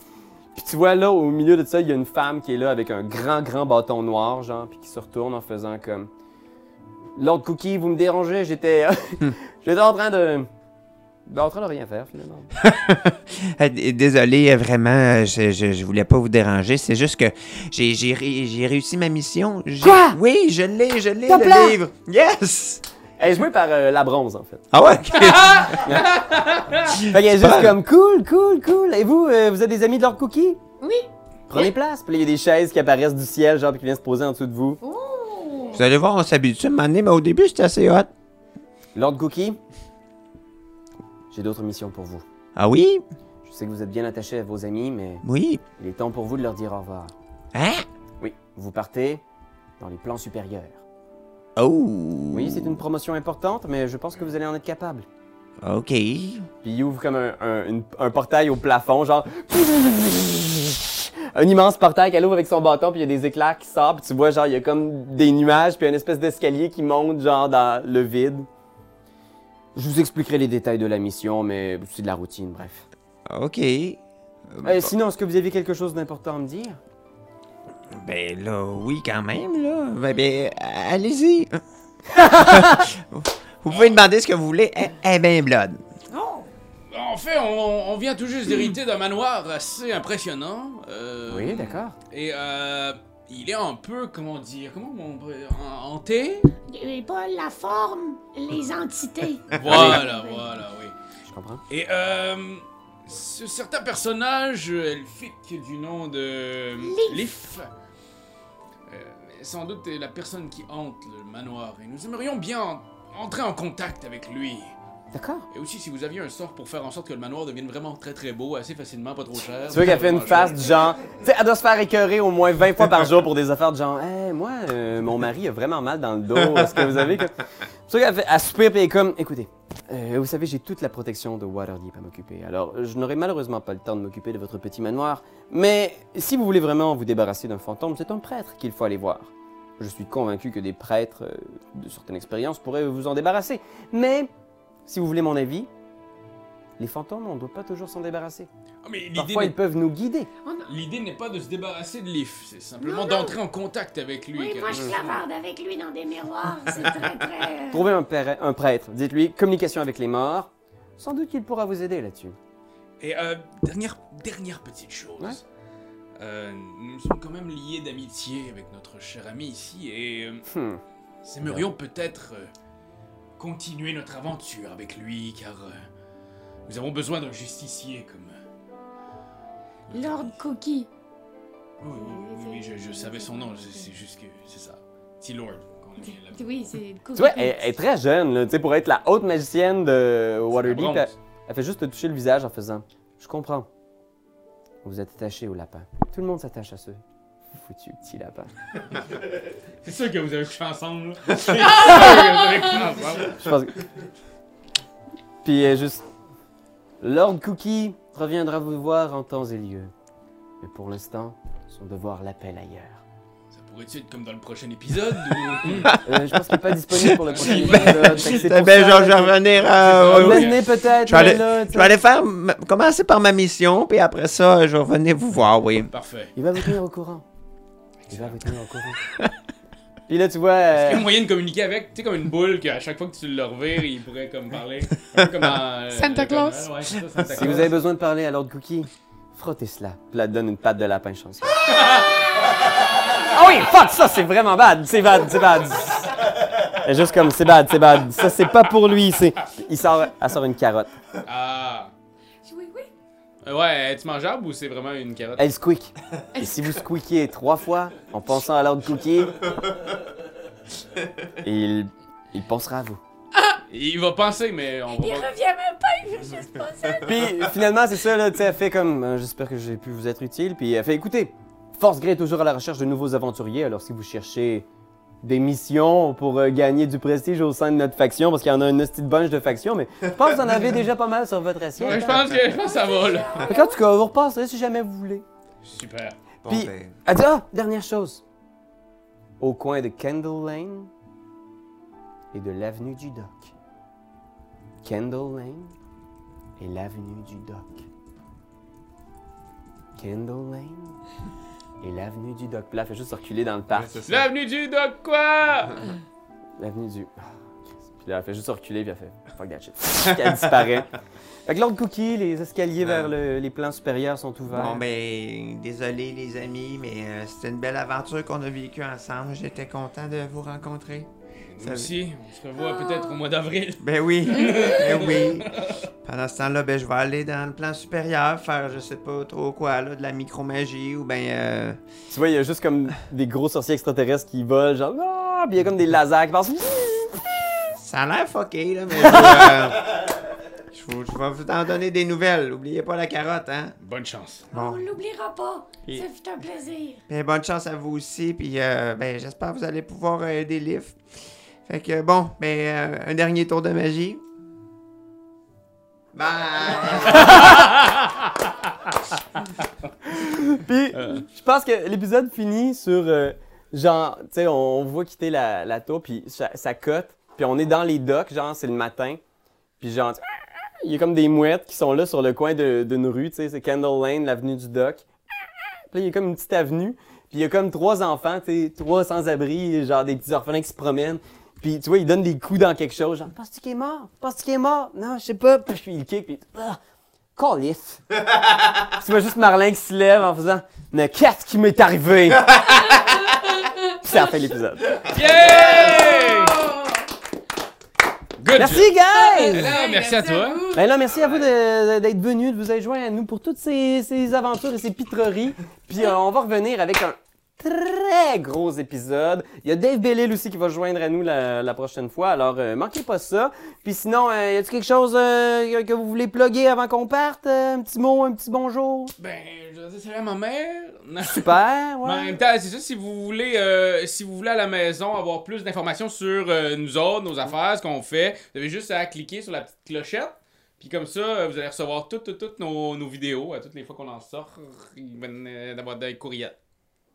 A: Puis tu vois là, au milieu de ça, il y a une femme qui est là avec un grand, grand bâton noir, genre, puis qui se retourne en faisant comme Lord Cookie, vous me dérangez, j'étais. (laughs) j'étais en train de. ben, en train de rien faire finalement.
C: Euh, d- Désolé, euh, vraiment, euh, je, je, je voulais pas vous déranger. C'est juste que j'ai, j'ai, ré- j'ai réussi ma mission. J'ai-
A: Quoi?
C: Oui, je l'ai, je l'ai,
A: Top là!
C: le livre. Yes!
A: Elle est jouée par euh, la bronze en fait.
C: Ah ouais? ok.
A: Fait qu'elle est juste
C: Super.
A: comme cool, cool, cool. Et vous, euh, vous êtes des amis de Lord Cookie?
E: Oui.
A: Prenez place. Puis là, il y a des chaises qui apparaissent du ciel, genre, puis qui viennent se poser en dessous de vous.
C: vous allez voir, on s'habitue à un moment donné, mais au début, c'était assez hot.
A: Lord Cookie, j'ai d'autres missions pour vous.
C: Ah oui?
A: Je sais que vous êtes bien attaché à vos amis, mais
C: Oui.
A: il est temps pour vous de leur dire au revoir.
C: Hein?
A: Oui, vous partez dans les plans supérieurs.
C: Oh!
A: Oui, c'est une promotion importante, mais je pense que vous allez en être capable.
C: OK.
A: Puis il ouvre comme un, un- une- un portail au plafond, genre. Un immense portail qu'elle ouvre avec son bâton, puis il y a des éclairs qui sortent, puis tu vois, genre, il y a comme des nuages, puis une espèce d'escalier qui monte, genre, dans le vide. Je vous expliquerai les détails de la mission, mais c'est de la routine, bref.
C: OK.
A: Euh, sinon, est-ce que vous avez quelque chose d'important à me dire?
C: Ben là, oui, quand même, là. Ben, ben, a- allez-y. (laughs) vous pouvez demander ce que vous voulez. Eh, eh ben, Blood.
E: Oh!
B: En fait, on, on vient tout juste d'hériter d'un manoir assez impressionnant. euh,
A: Oui, d'accord.
B: Et euh, il est un peu, comment dire, comment on pourrait- en- hanté
E: Et pas la forme, les entités.
B: Voilà, voilà, oui.
A: Je comprends.
B: Et euh, ce certain personnage elfique du nom de Leaf, euh, est sans doute est la personne qui hante le manoir. Et nous aimerions bien en- entrer en contact avec lui.
A: D'accord.
B: Et aussi, si vous aviez un sort pour faire en sorte que le manoir devienne vraiment très très beau, assez facilement, pas trop cher.
A: Tu vois qu'elle fait une face du genre. Tu sais, elle doit se faire écœurer au moins 20 fois par jour pour des affaires de genre. Hey, moi, euh, mon mari a vraiment mal dans le dos. Est-ce que vous avez. que- Tu vois qu'elle fait. Elle soupire puis elle est comme. Écoutez, euh, vous savez, j'ai toute la protection de Waterdeep à m'occuper. Alors, je n'aurai malheureusement pas le temps de m'occuper de votre petit manoir. Mais si vous voulez vraiment vous débarrasser d'un fantôme, c'est un prêtre qu'il faut aller voir. Je suis convaincu que des prêtres euh, de certaines expériences pourraient vous en débarrasser. Mais, si vous voulez mon avis, les fantômes, on ne doit pas toujours s'en débarrasser.
B: Ah, mais l'idée
A: Parfois,
B: n'est-
A: ils peuvent nous guider.
B: L'idée n'est pas de se débarrasser de Leaf, c'est simplement d'entrer en contact avec lui.
E: Oui,
B: car-
E: moi je clavarde avec lui dans des miroirs. C'est très très. euh,
A: Trouvez un, père- un prêtre, dites-lui communication avec les morts. Sans doute qu'il pourra vous aider là-dessus.
B: Et euh, dernière, dernière petite chose.
A: Ouais.
B: Euh, nous sommes quand même liés d'amitié avec notre cher ami ici et euh,
A: Hmm.
B: nous aimerions peut-être euh, continuer notre aventure avec lui car euh, nous avons besoin d'un justicier comme. euh,
E: Lord Cookie.
B: Oui, oui, oui, oui, je, je savais son nom, c'est- c'est juste que c'est ça. T-Lord. qu'on appelle là-
E: Oui, c'est Cookie.
A: Tu vois, elle, elle est très jeune, là, tu sais, pour être la haute magicienne de Waterdeep.
B: Bronze.
A: Elle, elle fait juste te toucher le visage en faisant Je comprends. Vous êtes attaché au lapin. Tout le monde s'attache à ce foutu petit lapin.
B: C'est sûr que vous avez couché ensemble. là. C'est sûr que vous avez couché ensemble.
A: Je pense que. (laughs) Puis euh, juste. Lord Cookie reviendra vous voir en temps et lieu. Mais pour l'instant, son devoir l'appelle ailleurs.
B: Ça pourrait être comme dans le prochain épisode ou-
A: Euh, je pense qu'il n'est pas disponible (laughs) pour le prochain
B: Ben,
A: épisode. Ah, fait que c'est
C: C'était
A: pour
C: bien,
A: ça
C: genre,
A: que-
C: Eh ben, je vais revenir
B: C'est
C: à...
A: oh
B: ça,
C: ouais,
B: oui.
C: ouais.
A: L'amener peut-être,
C: Je vais
A: mais
C: aller-
A: là, tu
C: Je
A: sais.
C: vais aller faire... ma- Commencer par ma mission, puis après ça, je vais revenir vous voir,
B: (laughs)
C: oui.
B: Parfait.
A: Il va vous tenir au courant. Il va vous tenir au courant. Puis là, tu vois... euh,
B: Il y a moyen de communiquer avec, tu sais, comme une boule qu'à chaque fois que tu le revires, il pourrait comme parler. Un peu comme dans, euh,
D: Santa
B: le
D: Claus.
B: Père Noël, ouais, c'est ça, Santa
A: Si
B: Claus.
A: vous avez besoin de parler à Lord Cookie, frottez cela. Puis là, donne une patte de lapin chanceux. Ah oui, fuck ça, c'est vraiment bad. C'est bad, c'est bad. C'est juste comme, c'est bad, c'est bad. Ça, c'est pas pour lui. C'est... Il sort, elle sort une carotte.
B: Ah,
E: Oui, oui.
B: Euh, Ouais, est-ce mangeable ou c'est vraiment une carotte?
A: Elle squeak. Et si vous squeakez trois fois en pensant à Lord Cookie, il, il pensera à vous.
B: Il va penser, mais on
E: Il
B: va pas...
E: revient même pas, il veut juste passer.
A: Puis finalement, c'est ça, là, tu sais, elle fait comme euh, j'espère que j'ai pu vous être utile. Puis elle fait écoutez, Force Grey est toujours à la recherche de nouveaux aventuriers. Alors si vous cherchez des missions pour euh, gagner du prestige au sein de notre faction, parce qu'il y en a une petite bunch de factions, mais je pense que vous en avez déjà pas mal sur votre assiette.
B: Ouais, je pense que je pense que ça va, là.
A: Fait que, en tout cas, vous repasserez si jamais vous voulez.
B: Super.
C: Bon,
A: Puis-
C: ben,
A: Elle dit Ah, dernière chose. Au coin de Kendall Lane et de l'avenue du Doc. Kendall Lane et l'avenue du Doc. Kendall Lane et l'avenue du Doc. Puis Là, elle fait juste reculer dans le parc.
C: c'est ça.
B: L'avenue du Doc, quoi?
A: L'avenue du. Ah, Christ. Puis là, elle fait juste reculer, puis elle fait fuck
C: (laughs)
A: that shit. elle disparaît. Fait que l'autre cookie, les escaliers vers le- les plans supérieurs sont ouverts.
C: Bon, ben, désolé les amis, mais euh, c'était une belle aventure qu'on a vécue ensemble. J'étais content de vous rencontrer.
B: Nous aussi, on se revoit peut-être au mois d'avril.
C: Ben oui, (laughs) ben (laughs) oui. Pendant ce temps-là, ben, je vais aller dans le plan supérieur, faire je sais pas trop quoi, là, de la micromagie ou ben. euh,
A: Tu vois, il y a juste comme des gros sorciers extraterrestres qui volent, genre, ah, puis il y a comme des lasers qui passent.
C: Ça a l'air fucké, là, mais. je vais, (laughs) euh, Je, vous- je vais vous en donner des nouvelles. N'oubliez pas la carotte, hein.
B: Bonne chance.
E: On
A: Ah.
C: Bon.
E: l'oubliera pas.
C: Et-
E: Ça fut un plaisir.
C: Ben, bonne chance à vous aussi, puis euh, ben, j'espère que vous allez pouvoir euh, aider Liv. Fait que bon, ben, euh, un dernier tour de magie. Bye!
A: Puis, je pense que l'épisode finit sur, euh, genre, tu sais, on, on voit quitter la, la tour, puis ça, ça cote, puis on est dans les docks, genre, c'est le matin, puis genre, tu- il y a comme des mouettes qui sont là sur le coin de- d'une rue, tu sais, c'est Candle Lane, l'avenue du dock. Puis là, il y a comme une petite avenue, puis il y a comme trois enfants, tu sais, trois sans-abri, genre des petits orphelins qui se promènent. Puis tu vois, ils donnent des coups dans quelque chose, genre, penses-tu qu'il est mort? Penses-tu qu'il est mort? Ah, Non, je sais pas. Puis il kick, puis. Ah, calice! tu vois juste Marlin qui se lève en faisant Mais qu'est-ce qui m'est arrivé? puis ça fait l'épisode.
B: Yeah! Good
A: Merci,
B: job.
A: guys!
B: Là, Euh, merci à toi.
A: Ben là, merci à vous de- de- d'être venus, de vous être joints à nous pour toutes ces, ces aventures et ces pitreries. Puis euh, on va revenir avec un très gros épisode. Il y a Dave Bellil aussi qui va se joindre à nous la, la prochaine fois, alors euh, manquez pas ça. Puis sinon, euh, y a-t-il quelque chose euh, que vous voulez plugger avant qu'on parte? Euh, Un petit mot, un petit bonjour?
B: Ben, je vais dire salut à ma mère. (laughs) Non.
A: Super,
B: Mais en
A: ouais.
B: même temps, c'est ça, si vous voulez, euh, si vous voulez à la maison avoir plus d'informations sur euh, nous autres, nos affaires, ce qu'on fait, vous avez juste à cliquer sur la petite clochette. Puis comme ça, euh, vous allez recevoir toutes, toutes, toutes nos, nos vidéos. À toutes les fois qu'on en sort, il va euh, d'avoir des courriels.